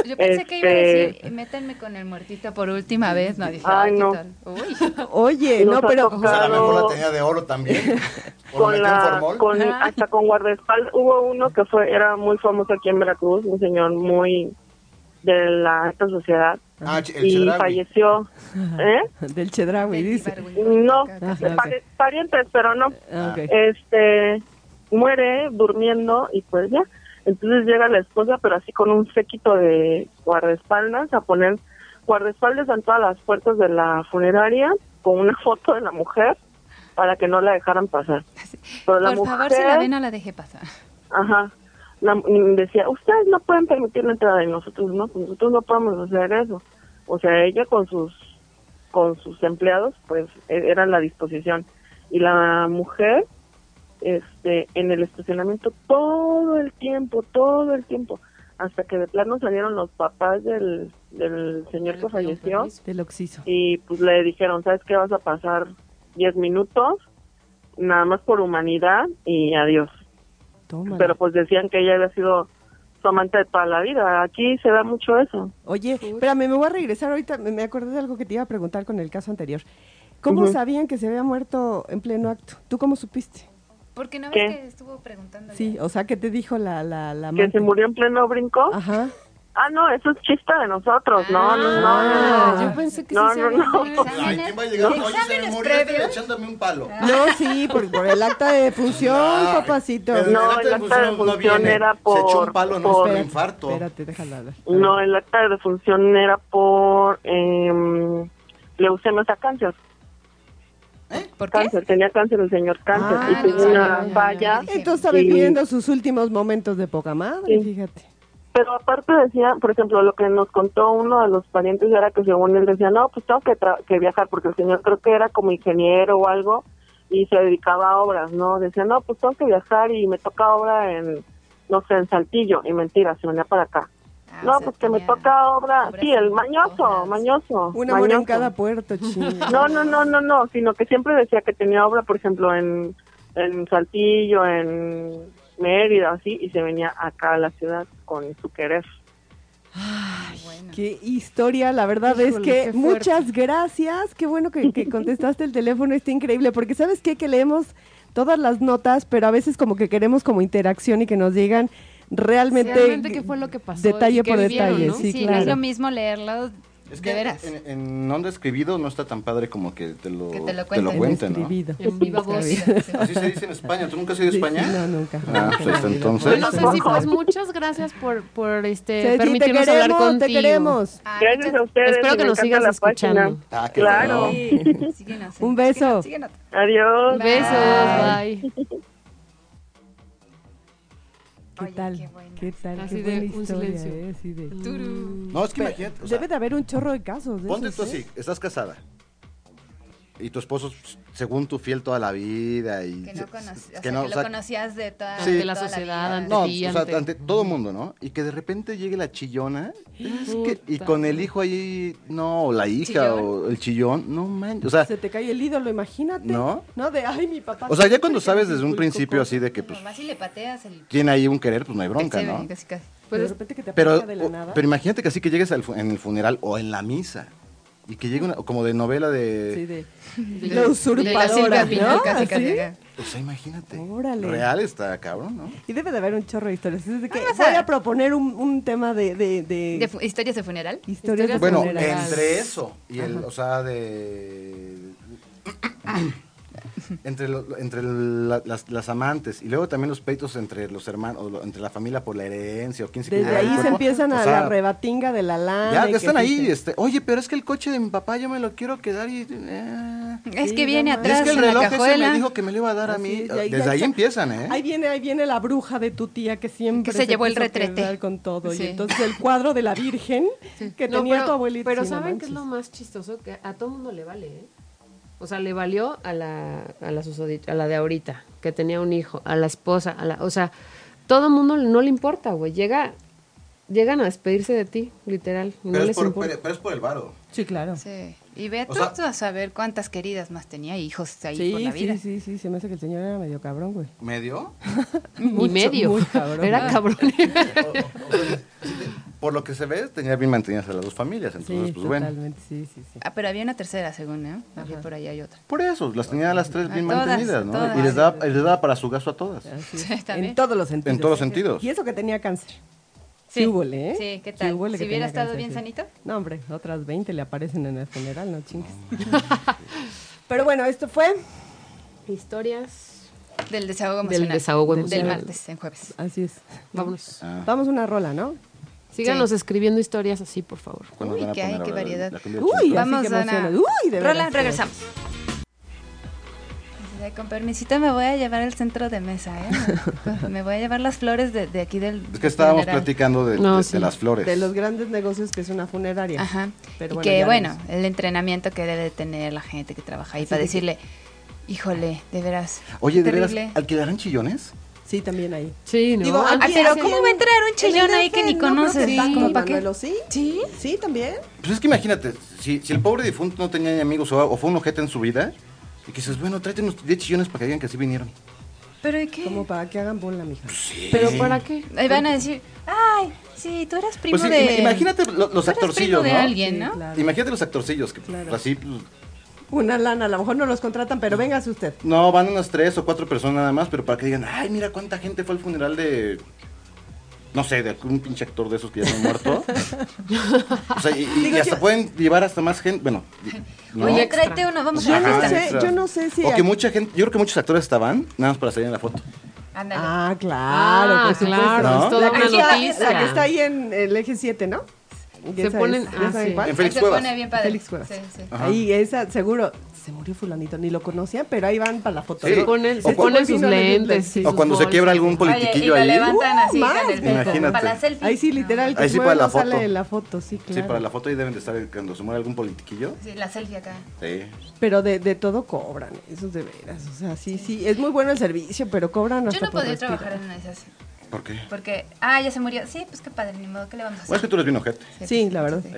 Yo pensé que iba a
Este-
decir, métanme con el muertito por última vez. No, dije, ay,
Ay,
¿qué
no.
tal? Uy.
Oye,
Nos
no,
ha
pero
O sea, a lo
Claro.
mejor la tenía de oro también. O lo
con
metió en
la
formol.
con hasta con guardaespaldas hubo uno que fue era muy famoso aquí en Veracruz un señor muy de la alta sociedad
Ah, el
y
Chedraui.
falleció ¿Eh?
[LAUGHS] del Chedraui, dice.
no
Ah, ok.
pare- parientes pero no
Ah, ok.
este muere durmiendo y pues ya entonces llega la esposa pero así con un séquito de guardaespaldas a poner guardaespaldas en todas las puertas de la funeraria con una [LAUGHS] foto de la mujer para que no la dejaran pasar pero la
Por
mujer
favor, si la ven, no la deje pasar.
Ajá. La- mm, decía, ustedes no pueden permitir la entrada y nosotros no, pues nosotros no podemos hacer eso. O sea, ella con sus con sus empleados, pues e- era la disposición. Y la mujer, este, en el estacionamiento todo el tiempo, todo el tiempo, hasta que de plano salieron los papás del, del señor que falleció
Del oxiso.
y pues le dijeron, ¿sabes qué? Vas a pasar 10 minutos, nada más por humanidad y adiós
Toma.
pero pues decían que ella había sido su amante de toda la vida. Aquí se da mucho eso.
Oye, espérame, me voy a regresar ahorita. Me me acordé de algo que te iba a preguntar con el caso anterior. ¿Cómo
Ujú.
sabían que se había muerto en pleno acto? ¿Tú cómo supiste?
Porque no
¿Qué?
ves que estuvo preguntando.
Sí, o sea, ¿qué te dijo la la, la
Que
amante?
se murió en pleno brinco.
Ajá. Ah.
Ah, no, eso es chista de nosotros. No, no, no, no,
Ah,
no.
yo pensé que
No,
sí
no,
se había-
no.
Ay, ¿quién va a llegar? Oye, se me
Exámenes
murió este
previos.
echándome un palo.
No, sí, por, por el acta de defunción,
Ay,
papacito.
pero
No,
acta
el
de
acta de
defunción no
defunción
viene.
era
Se echó un
por-
palo, no
por-
es un infarto.
Espérate, déjala hablar.
No, el acta de em, defunción era por eh, leucemia a cáncer. Cáncer, tenía cáncer el señor cáncer
Ah,
y tuvo
no
una
sabía.
falla.
Entonces está
y-
viviendo sus últimos momentos de poca madre,
Sí.
fíjate.
Pero aparte decía, por ejemplo, lo que nos contó uno de los parientes era que según él decía, no, pues tengo que, tra- que viajar, porque el señor creo que era como ingeniero o algo y se dedicaba a obras, ¿no? Decía, no, pues tengo que viajar y me toca obra en, no sé, en Saltillo. Y mentira, se venía para acá.
Ah,
no, pues que me toca obra, sí, el mañoso, mañoso.
Una mona en
Pues, mañoso.
cada puerto, chinga.
No, no, no, no, no, sino que siempre decía que tenía obra, por ejemplo, en, en Saltillo, en Mérida, así, y se venía acá a la ciudad con su querer.
Qué historia, la verdad es
Híjole,
que
qué fuerte.
muchas gracias. Qué bueno que,
[LAUGHS]
que contestaste el teléfono, está increíble, porque sabes qué? que leemos todas las notas, pero a veces como que queremos como interacción y que nos digan realmente,
Realmente qué fue lo que pasó y
detalle
qué
por
vivieron,
detalle,
¿no?
sí,
Sí, no es lo
claro.
mismo leerlo de veras.
En, en onda escribido no está tan padre como que te lo,
Que te lo
te lo
cuenten.
cuenten, ¿no?
Escribido.
En viva voz.
Así se dice en España. ¿Tú nunca has ido a
Sí,
España?
no, nunca.
Ah, pues
Nunca.
entonces.
Bueno, Ceci, pues muchas gracias por, por este,
Ceci, te
permitirnos hablar
queremos, te
contigo.
queremos.
Ay,
Gracias a ustedes.
Espero
y
que
me
nos
encanta
sigas
la página.
escuchando.
Ah, qué
Claro.
bueno.
Sí, síguenos,
Un
síguenos,
beso.
síguenos.
Adiós.
Besos, bye.
¿Qué
Oye,
tal?
qué
¿Qué,
buena.
tal?
Así
qué
de
buena
un
historia,
silencio.
¿eh? Así de-
Turu.
No, es que imagínate. o sea,
Debe de haber un chorro de casos. De
ponte
esos,
tú
¿eh?
así, estás casada. Y tu esposo, según tu fiel toda la vida. Y,
Que no conocías,
que
o sea,
no,
que
o
lo
sea,
conocías de toda,
Sí.
de
De la
toda
sociedad,
vida.
ante
No,
ti,
o sea,
ante-
ante... todo mundo, ¿no? Y que de repente llegue la chillona es que- y
Puta.
con el hijo ahí, no, o la hija
¿Chillón?
o el chillón, no manches. O sea,
Se te cae el ídolo, imagínate.
¿No?
No, de, ay, mi papá.
o sea, ya
siempre
cuando
que
sabes
me
desde un
inculcó
principio
cosas.
así de que pues
Nomás si le pateas el...
tiene ahí un querer, pues no hay bronca,
se ve,
¿no?
casi, casi.
Pero de
Pues,
repente que te
Pero,
aparezca de la
o-
nada.
pero imagínate que así que llegues al fu- en el funeral o en la misa y que llegue una, como de novela de...
Sí, de,
De-
la usurpadora,
de la Silvia Pinal,
¿no?
casi,
Así.
casi, acá.
O sea, imagínate.
Órale.
Real está, cabrón, ¿no?
Y debe de haber un chorro de historias. Es de que
Vamos a
voy
ver.
a proponer un, un tema de, de, de
¿De fu- ¿Historias de funeral?
historias de
historias
Bueno,
funerales.
entre eso y el, o sea, de... [COUGHS] Entre, lo- entre la- las, las amantes y luego también los peitos entre los hermanos, o lo- entre la familia por la herencia o quién se queda
Desde
con el
ahí se
cuerpo.
empiezan
O
a
sea,
la rebatinga de la lana.
Ya,
y
ya
que
están ahí,
dice-
este, oye, pero es que el coche de mi papá yo me lo quiero quedar y... eh.
Es que viene
Y es
atrás
que el
en
reloj
la
ese
cajuela.
me dijo que me lo iba a dar a
Así
mí.
es, y ahí
Desde
ya
ahí
está.
empiezan, ¿eh?
Ahí viene, ahí viene la bruja de tu tía que siempre
Que se llevó el
quiso
retrete.
quedar con todo.
Sí.
Y entonces el cuadro de la Virgen que
No,
tenía
pero,
tu abuelita.
Pero
sí, no
¿saben qué es lo
manches.
más chistoso? Que a todo mundo le vale, ¿eh? O sea, le valió a la, a la susodicha- a la de ahorita, que tenía un hijo, a la esposa, a la, o sea, todo mundo no le importa, güey. Llega, llegan a despedirse de ti, literal. No les importa.
pero es por el varo.
Sí, claro. Sí,
Sí. Y ve
O
tú
sea-
a saber cuántas queridas más tenía hijos ahí por
sí,
la vida.
sí, sí, Se me hace que el señor era medio cabrón, güey.
¿Medio?
Ni
Mucho,
medio.
[LAUGHS]
muy cabrón. Ah,
Era cabrón.
Por lo que se ve, tenía bien mantenidas a las dos familias. Entonces,
Sí,
pues bueno.
totalmente, sí, sí, sí.
Ah, pero había una tercera, según, ¿no? Había por ahí hay otra.
Por eso, las tenía a las tres
A
bien
todas,
mantenidas, ¿no?
a todas.
Y les daba, les daba para su gasto a todas.
Sí, [LAUGHS] está bien.
En todos los sentidos.
En todos los sentidos.
Y eso que tenía cáncer.
Sí.
Sí, húbole, ¿eh?
Sí, ¿qué tal?
húbole
Si
que
hubiera
tenía
estado
cáncer,
bien
sí.
sanito.
No, hombre, otras 20 le aparecen en el funeral, no chingues. [LAUGHS] Pero bueno, esto fue.
Historias.
Del desahogo
Del
emocional.
desahogo
Del
emocional.
martes, en jueves.
Así es.
Vámonos.
Ah,
Vamos a una rola, ¿no?
Síganos escribiendo historias así, por favor.
¿cuándo
Uy,
van a
qué hay,
poner
qué
ahora la-
variedad.
la cumbia
Uy,
china?
Vamos
así que
a una-
emociona. Uy, de
Rola,
veras.
regresamos. Dice, Con permisito me voy a llevar al centro de mesa,
[LAUGHS]
¿eh? Me voy a llevar las flores de, de aquí del...
Es que estábamos
funeral.
platicando de,
No,
de-
sí.
de las flores.
De los grandes negocios que es una funeraria.
Ajá.
Pero
y
bueno,
que
ya
bueno,
veremos.
el entrenamiento que debe de tener la gente que trabaja ahí para
que-
decirle, híjole, de veras.
Oye, ¿de veras
terrible".
alquilarán chillones?
Sí, también ahí.
Sí, ¿no?
Digo,
Ah,
aquí-
pero
aquí
¿cómo
en-
va a entrar un chillón
en el
ahí que ni
F, no creo
conoces?
que tanto,
¿Cómo pa' qué?
Manuelo, ¿Sí?
¿Sí?
Sí, también.
Pues es que imagínate, si, si el pobre difunto no tenía ni amigos o, o fue un ojete en su vida, y que dices, bueno, tráete unos 10 chillones para que digan que sí vinieron.
¿Pero de qué?
Como para que hagan bola, mija.
¿Pero para qué?
Ahí van a decir, ay, sí, tú eras primo
Pues sí,
de...
im- imagínate lo- los
tú eras
actorcillos,
primo de
¿no?
alguien, ¿no?
claro.
Imagínate los actorcillos que pues, así pues,
Una lana, a lo mejor no los contratan, pero véngase usted.
no van unas tres o cuatro personas nada más, pero para que digan, ay, mira cuánta gente fue al funeral de no sé, de algún pinche actor de esos que ya está muerto. o sea, y, y- y hasta pueden llevar hasta más gente, bueno, ¿no?
Oye, tráete uno, vamos a
Yo
la
no
Ajá,
fiesta.
sé,
extra.
yo no sé si
O que
aquí-
mucha gente, yo creo que muchos actores estaban nada más para salir en la foto.
Ándale.
Ah, claro,
Ah,
por supuesto.
claro,
¿No?
es toda
La que,
una
está,
noticia.
la que está ahí en el eje 7, ¿no?
Se ponen- ah, sí.
En Félix
se
Cuevas.
pone bien padre.
Félix Cuevas.
Sí, sí.
Ajá.
Ahí, esa, seguro. se murió fulanito, ni lo conocían, pero ahí van para la foto.
Sí.
¿no?
Se ponen- se
O cuando
ponen sus
vienen
lentes, sí, O sus cuando se bolsas. quiebra algún politiquillo
Oye, y
ahí.
lo levantan así
Uh,
con el
más.
pecho, para la
Imagínate.
selfie.
Ahí sí, literal, que
Ahí
se
sí
mueve,
para la
no sale
foto.
de la foto, sí, claro.
Sí, para la foto ahí deben de estar cuando se muere algún politiquillo.
Sí, la selfie acá.
Sí.
Pero de, de todo cobran, eso de veras. O sea, sí, sí, es muy bueno el servicio, pero cobran hasta
Yo no
por
podría
respirar.
trabajar en una de esas.
¿Por qué?
Porque, ah, ya se murió. Sí, pues qué padre, ni modo, ¿qué le vamos a
Bueno, es que
hacer?
tú eres bien ojete.
Sí, la verdad.
Tú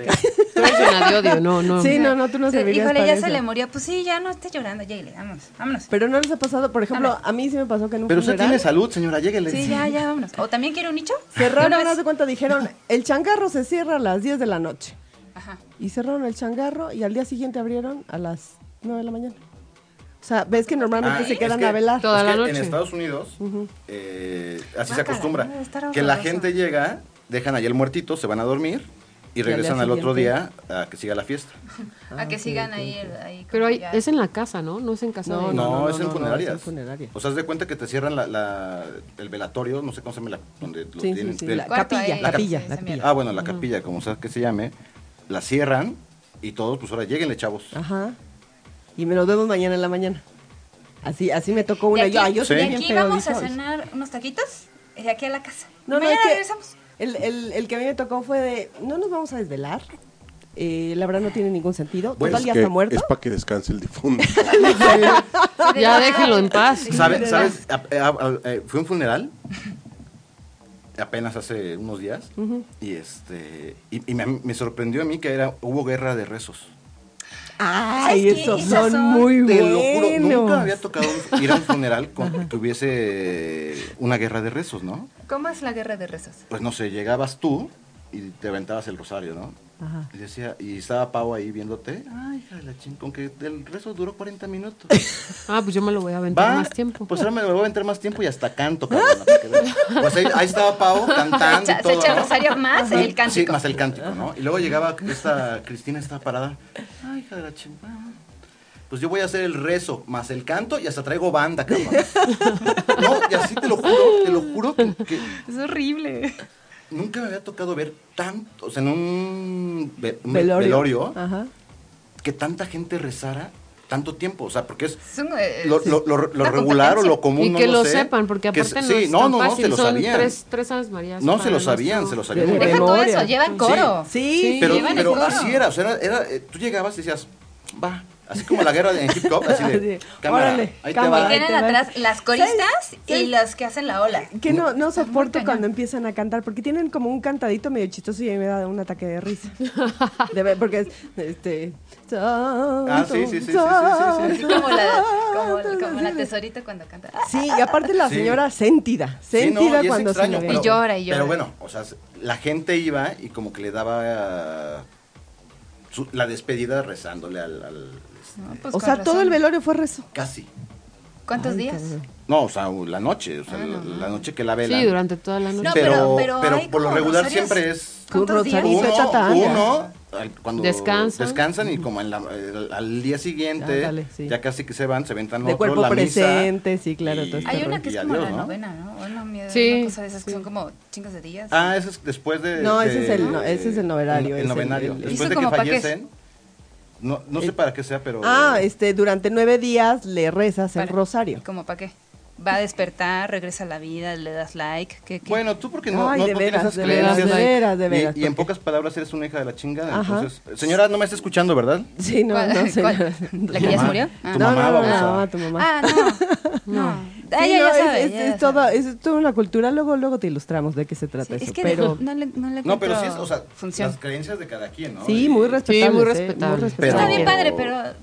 eres una de odio, no, no.
Sí, no, no, tú no
Sí,
servirías
Híjole,
para
ya
eso.
se le murió. Pues sí, ya no esté llorando, Jaylee, vámonos, vámonos.
Pero no les ha pasado, por ejemplo, a mí sí me pasó que en un
Pero usted
funeral-
tiene salud, señora, lléguele.
Sí, ya, ya, vámonos. ¿O también quiere un nicho?
Cerraron,
Una vez-
haz de cuenta, dijeron, el changarro se cierra a las 10 de la noche.
Ajá.
Y cerraron el changarro y al día siguiente abrieron a las 9 de la mañana. O sea, ves que normalmente
Ah,
se
es
quedan
que-
a vevelar.
es que En Estados Unidos, eh, así se
Guácala,
acostumbra.
Ah, debe estar
Que la
horroroso.
gente llega, dejan ahí el muertito, se van a dormir
Y
y
al día
regresan al otro día
siguiente.
a que siga la fiesta.
a
Ah,
que sigan ahí, el- ahí como
Pero hay-
ya.
es en la casa, ¿no? No es en casa
No,
de...
es en funerarias.
es en funerarias.
O sea, haz de cuenta que te cierran la, la- el velatorio, no sé cómo se llama, la, donde lo
Sí, sí,
tienen.
sí,
del-
la Cuarto capilla, ahí,
cap-
capilla, sí, la esa capilla.
Ah, bueno, la capilla, como sea que se llame. La cierran y todos, pues ahora lleguenle, chavos.
Ajá. Y me los vemos mañana en la mañana. Así, así me tocó
De
una.
aquí,
yo, ay, yo soy
de
bien
aquí
feo,
vamos a
dije, ay,
cenar unos taquitos de aquí a la casa.
No, no,
Mañana
es que
regresamos.
El, el- el que a mí me tocó fue de, no nos vamos a desvelar. Eh, la verdad no tiene ningún sentido.
Bueno,
Total,
es
ya
que-
está muerto.
Es para que descanse el difunto.
Ah,
Ya déjenlo en paz.
¿Sabe- ¿Sabes? A- a- a- eh, fue un funeral apenas hace unos días
Ujú.
y este y, y me, me sorprendió a mí que era hubo guerra de rezos.
Ay,
¿Sabes qué?
esos
Esos
son,
son-
muy
Te
buenos.
lo juro, nunca me había tocado un- ir a un funeral con, que hubiese una guerra de rezos, ¿no?
¿Cómo es la guerra de rezos?
Pues no sé, llegabas tú y te aventabas el rosario, ¿no?
Ajá.
Y decía, y estaba Pau ahí viéndote. Ay, hija de la ching, con que el rezo duró 40 minutos.
Ah, pues yo me lo voy a aventar
Va,
más tiempo.
pues ahora me lo voy a aventar más tiempo y hasta canto, cabrón. para que veas. Pues ahí, ahí estaba Pau cantando.
Se
y
echa-
todo,
se echa el
¿no?
rosario más
Sí,
el cántico.
Sí, más el cántico, ¿no? Y luego llegaba esta Cristina, estaba parada. Ay, hija de la chingada. Pues yo voy a hacer el rezo más el canto y hasta traigo banda, cabrón. No, y así te lo juro, te lo juro que, que
Es horrible.
nunca me había tocado ver tanto, o sea, en un, ve- un
Velorio.
velorio
Ajá.
que tanta gente rezara tanto tiempo, o sea, porque es
Es un, eh,
lo,
sí.
lo- lo- lo
Una
regular o
competencia.
lo común
y
no
que
lo,
lo
sé.
sepan, porque
Que
aparte
se-
no
sí,
es
no,
tan
no, no,
fácil.
se lo
Son
sabían.
Tres, tres Aves Marías
No,
para
se lo sabían,
nuestro-
se lo sabían.
Deja
Pero-
todo eso, llevan coro.
Sí,
pero,
llevan el
pero
coro.
así era, o sea, era, era, eh, tú llegabas y decías, va, así como la guerra de hip hop, así de,
Así,
cámara,
órale,
ahí
cámara.
te
Ahí
va.
te
Tienen
va.
atrás las coristas y
sí.
las que hacen la ola.
Que no, no soporto cuando empiezan a cantar, porque tienen como un cantadito medio chistoso y ahí me da un ataque de
[LAUGHS]
risa. De ver- porque es, este... Ah,
sí, sí, sí, sí, sí, sí,
Así como la,
[LAUGHS]
como, como la tesorita cuando canta.
Sí, y aparte la
Sí.
señora sentida,
Sí, no, y
sentida
es
cuando
extraño,
se le ve.
pero-
Y llora, y llora.
Pero bueno, o sea, la gente iba y como que le daba eh, su- la despedida rezándole al... al-
No, pues
o
con
sea, todo
razón.
el velorio fue rezo.
casi.
¿Cuántos
Ay,
días?
cabrón.
No, o sea, la noche, o sea, la, la noche que la vela.
Sí, durante toda la noche.
No,
pero, pero,
hay
por lo
como
regular
rosarios.
siempre es
Tu
¿Cuántos días?
rosarito
uno,
chata.
uno, al- cuando
Descansan.
descansan y como en la- al, al día siguiente,
Ándale, sí.
ya casi que se van, se aventan
De
otro,
cuerpo
la misa.
presente, sí, claro.
y-
todo este
Hay
rollo.
una que es
Y
como
adiós,
la
¿no?
novena, ¿no? Bueno, mi-
Sí,
una cosa de esas que son como chingos de días.
Ah, ese es después de...
No, ese
de-
es el no- ese es el noverario,
El,
es el-
novenario.
el-
¿Y eso
Después de que
como pa' qué es?
fallecen, no, no sé para qué sea, pero...
Ah, este, durante nueve días le rezas el
Para-
rosario.
¿Como para qué? Va a despertar, regresa a la vida, le das like. ¿qué, qué?
Bueno, tú porque no,
Ay,
no,
de
no
veras,
tienes
de
esas
veras,
creencias.
de veras, de
Y-
veras,
Y, en pocas palabras eres una hija de la chingada.
Ajá.
Entonces, señora, no me está escuchando, ¿verdad?
Sí, no,
¿Cuál-
no,
[LAUGHS] cuál?
señora.
¿La que ya se
Mamá,
murió?
tu
Ah.
No, no,
mamá,
no,
babosa.
la mamá, tu mamá.
Ah, no. No. Ah,
Sí,
ella
no,
ya
es-
sabe,
es,
ella
es
ya
todo,
sabe.
es toda una cultura, luego, luego te ilustramos de qué se trata
Sí,
eso.
es que
pero
[LAUGHS] no, le, no le
No, pero
encuentro
sí es, o sea,
función.
las creencias de cada quien, ¿no?
sí,
Y-
muy respetable.
muy
¿eh?
respetable.
Pero-
Está
respetable.
bien padre, pero...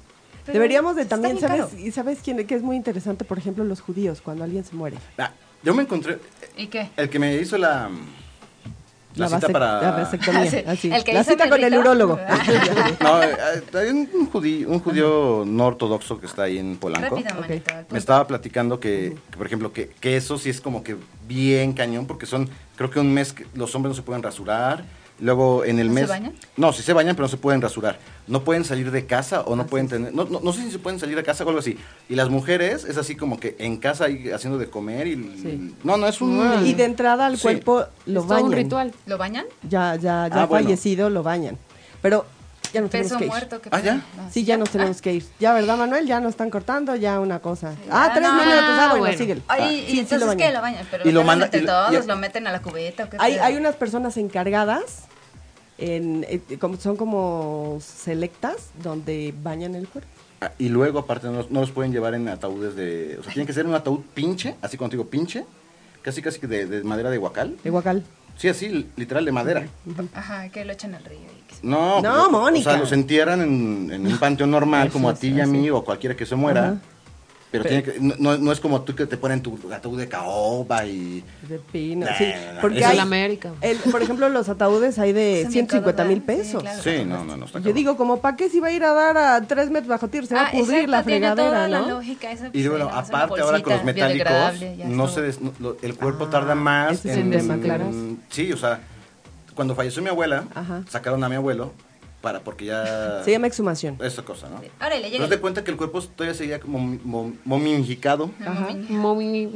pero
Deberíamos de
está
también,
bien
¿sabes?
caro.
Y sabes quién, que es muy interesante, por ejemplo, los judíos, cuando alguien se muere.
Ah, yo me encontré,
¿Y qué?
el que me hizo la, mm, la, cita
vasec-
para...
la
[LAUGHS]
vasectomía,
Ah, Sí,
así.
el que
la
hizo
cita
mi
con el
rito. [LAUGHS]
urólogo.
[LAUGHS]
[LAUGHS]
No, eh, eh, hay un, un judío, un judío no ortodoxo que está ahí en Polanco.
Rápido, manito. al
Me
punto.
estaba platicando que, que, por ejemplo, que, que eso sí es como que bien cañón, porque son, creo que un mes que los hombres no se pueden rasurar. Luego en el
¿No se
mes.
bañan?
No, sí se bañan, pero no se pueden rasurar. No pueden salir de casa
Ah,
o no pueden tener. No, no, no sé si se pueden salir de casa o algo así. Y las mujeres es así como que en casa ahí haciendo de comer y.
Sí.
No, no, es un.
Mm.
y de entrada al
Sí.
cuerpo lo
Es todo
bañan.
un ritual.
¿Lo bañan?
Ya, ya, ya
Ah, bueno.
fallecido lo bañan. Pero Ya nos
Peso
tenemos que ir.
muerto, qué
ah, ya.
pena. No,
Sí, ya nos tenemos que ir. Ya, ¿verdad, Manuel? Ya nos están cortando, ya una cosa. Ah,
Ah,
tres
no.
minutos. Ah, bueno,
Bueno.
síguelo.
Oye,
Ah,
y
sí, sí
entonces
bañé.
¿qué? Lo bañan, pero lo meten entre todos,
y-
lo meten a la cubeta. ¿o qué
hay,
pedo?
hay unas personas encargadas, en, eh, como, son como selectas, donde bañan el cuerpo.
Ah, Y luego, aparte, no, los- no los pueden llevar en ataúdes de. O sea, tiene que ser un ataúd pinche, así cuando digo pinche, casi casi que de, de madera de huacal.
De guacal.
Sí, así, literal, de madera.
Ajá, que lo echan al río. y que se-
No,
No,
pues,
Mónica.
O sea, los entierran en, en un panteón normal,
Eso
como a
es,
ti y a mí, o cualquiera que se muera.
Ajá.
Pero, tiene que, no- no, no es como tú que te ponen tu ataúd de caoba y.
De pino,
Nah,
sí.
nah, nah,
Porque
eso
hay,
es-
América.
el- por ejemplo, los ataúdes hay de
Eso me
150 mil
acordaba, sí,
pesos.
claro.
Sí, no, no, no está
Yo
cabrón.
digo, como, ¿para qué si va a ir a dar a tres metros bajo tierra? Se va
Ah,
a pudrir la
exacto, tiene toda
fregadera,
la
¿no?
lógica, esa,
Y
pues,
bueno,
ahí nada más una
aparte ahora con los
bolsita
metálicos,
biodegradable, ya
no
está.
se des- no- lo- el cuerpo tarda más
Ah, ese es el tema, claro.
Sí, o sea, cuando falleció mi abuela,
Ajá.
sacaron a mi abuelo para porque ya
Se llama exhumación.
esa cosa,
Ah,
¿no?
Órale,
Pero
llega.
haz de cuenta que el cuerpo todavía seguía como mom- momificado. [LAUGHS]
Mommy.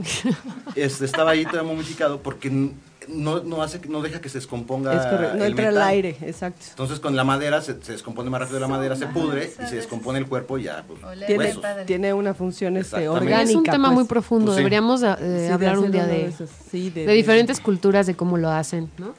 Este, estaba ahí todavía momificado porque n- no, no hace que- no deja que se descomponga
Es correcto, no
el
entra el
metal.
aire, exacto.
Entonces con la madera se, se descompone más rápido la madera, se pudre y
¿sabes?
se descompone el cuerpo y ya pues,
Ole,
Tiene,
huesos.
padre.
tiene una función este,
Exactamente.
orgánica.
es un tema
pues.
muy profundo.
Pues sí.
Deberíamos eh,
Sí, de
hablar un
hacer
día
uno
de,
esos. Sí,
de diferentes culturas, de cómo lo hacen, ¿no?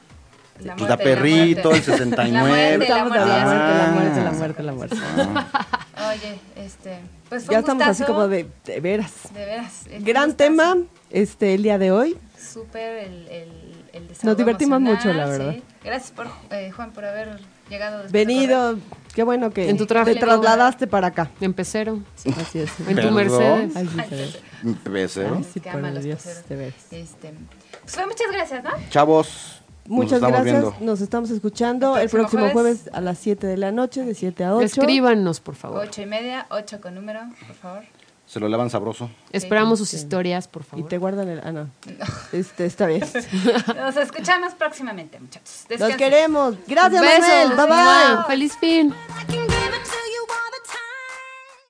La
Pues, da
muerte, [LAUGHS] la
perrito,
muerte.
el 69.
La muerte, la
Estamos
muerte,
hablando
ya
de la muerte, la
Ah.
muerte, la muerte.
sé. Oye, este, pues fue
Ya
un
estamos así
gustazo,
como de, de veras.
de veras. eh,
Gran
gustazo.
tema, este, el día de hoy.
Súper el, el, el desahogo
Nos divertimos mucho, la
emocional,
verdad.
sí. Gracias por, eh, Juan, por haber llegado. después de correr.
Venido, qué bueno que
En tu trabajo.
te trasladaste para acá.
En Pecero,
Así es.
en tu
Perdón.
Mercedes.
Ay, sí,
Ay,
se ve.
sí,
Pecero.
Sí,
que
por
ama los
Dios,
peceros.
de veras.
Este, pues fue muchas gracias, ¿no?
Chavos,
Muchas
nos estamos
gracias,
viendo.
nos estamos escuchando
El
el próximo,
próximo
jueves. a las 7 de la noche, de 7 a 8.
Escríbanos, por favor.
Ocho y media, ocho con número,
[LAUGHS]
por favor.
Se lo lavan sabroso.
Esperamos sus historias, por
Y
favor.
te guardan el... Ah,
[LAUGHS]
no. Este, está bien.
Nos escuchamos próximamente, muchachos.
Los
Descansen.
queremos. Gracias, Manuel.
Besos.
Bye, bye.
Feliz fin.
Can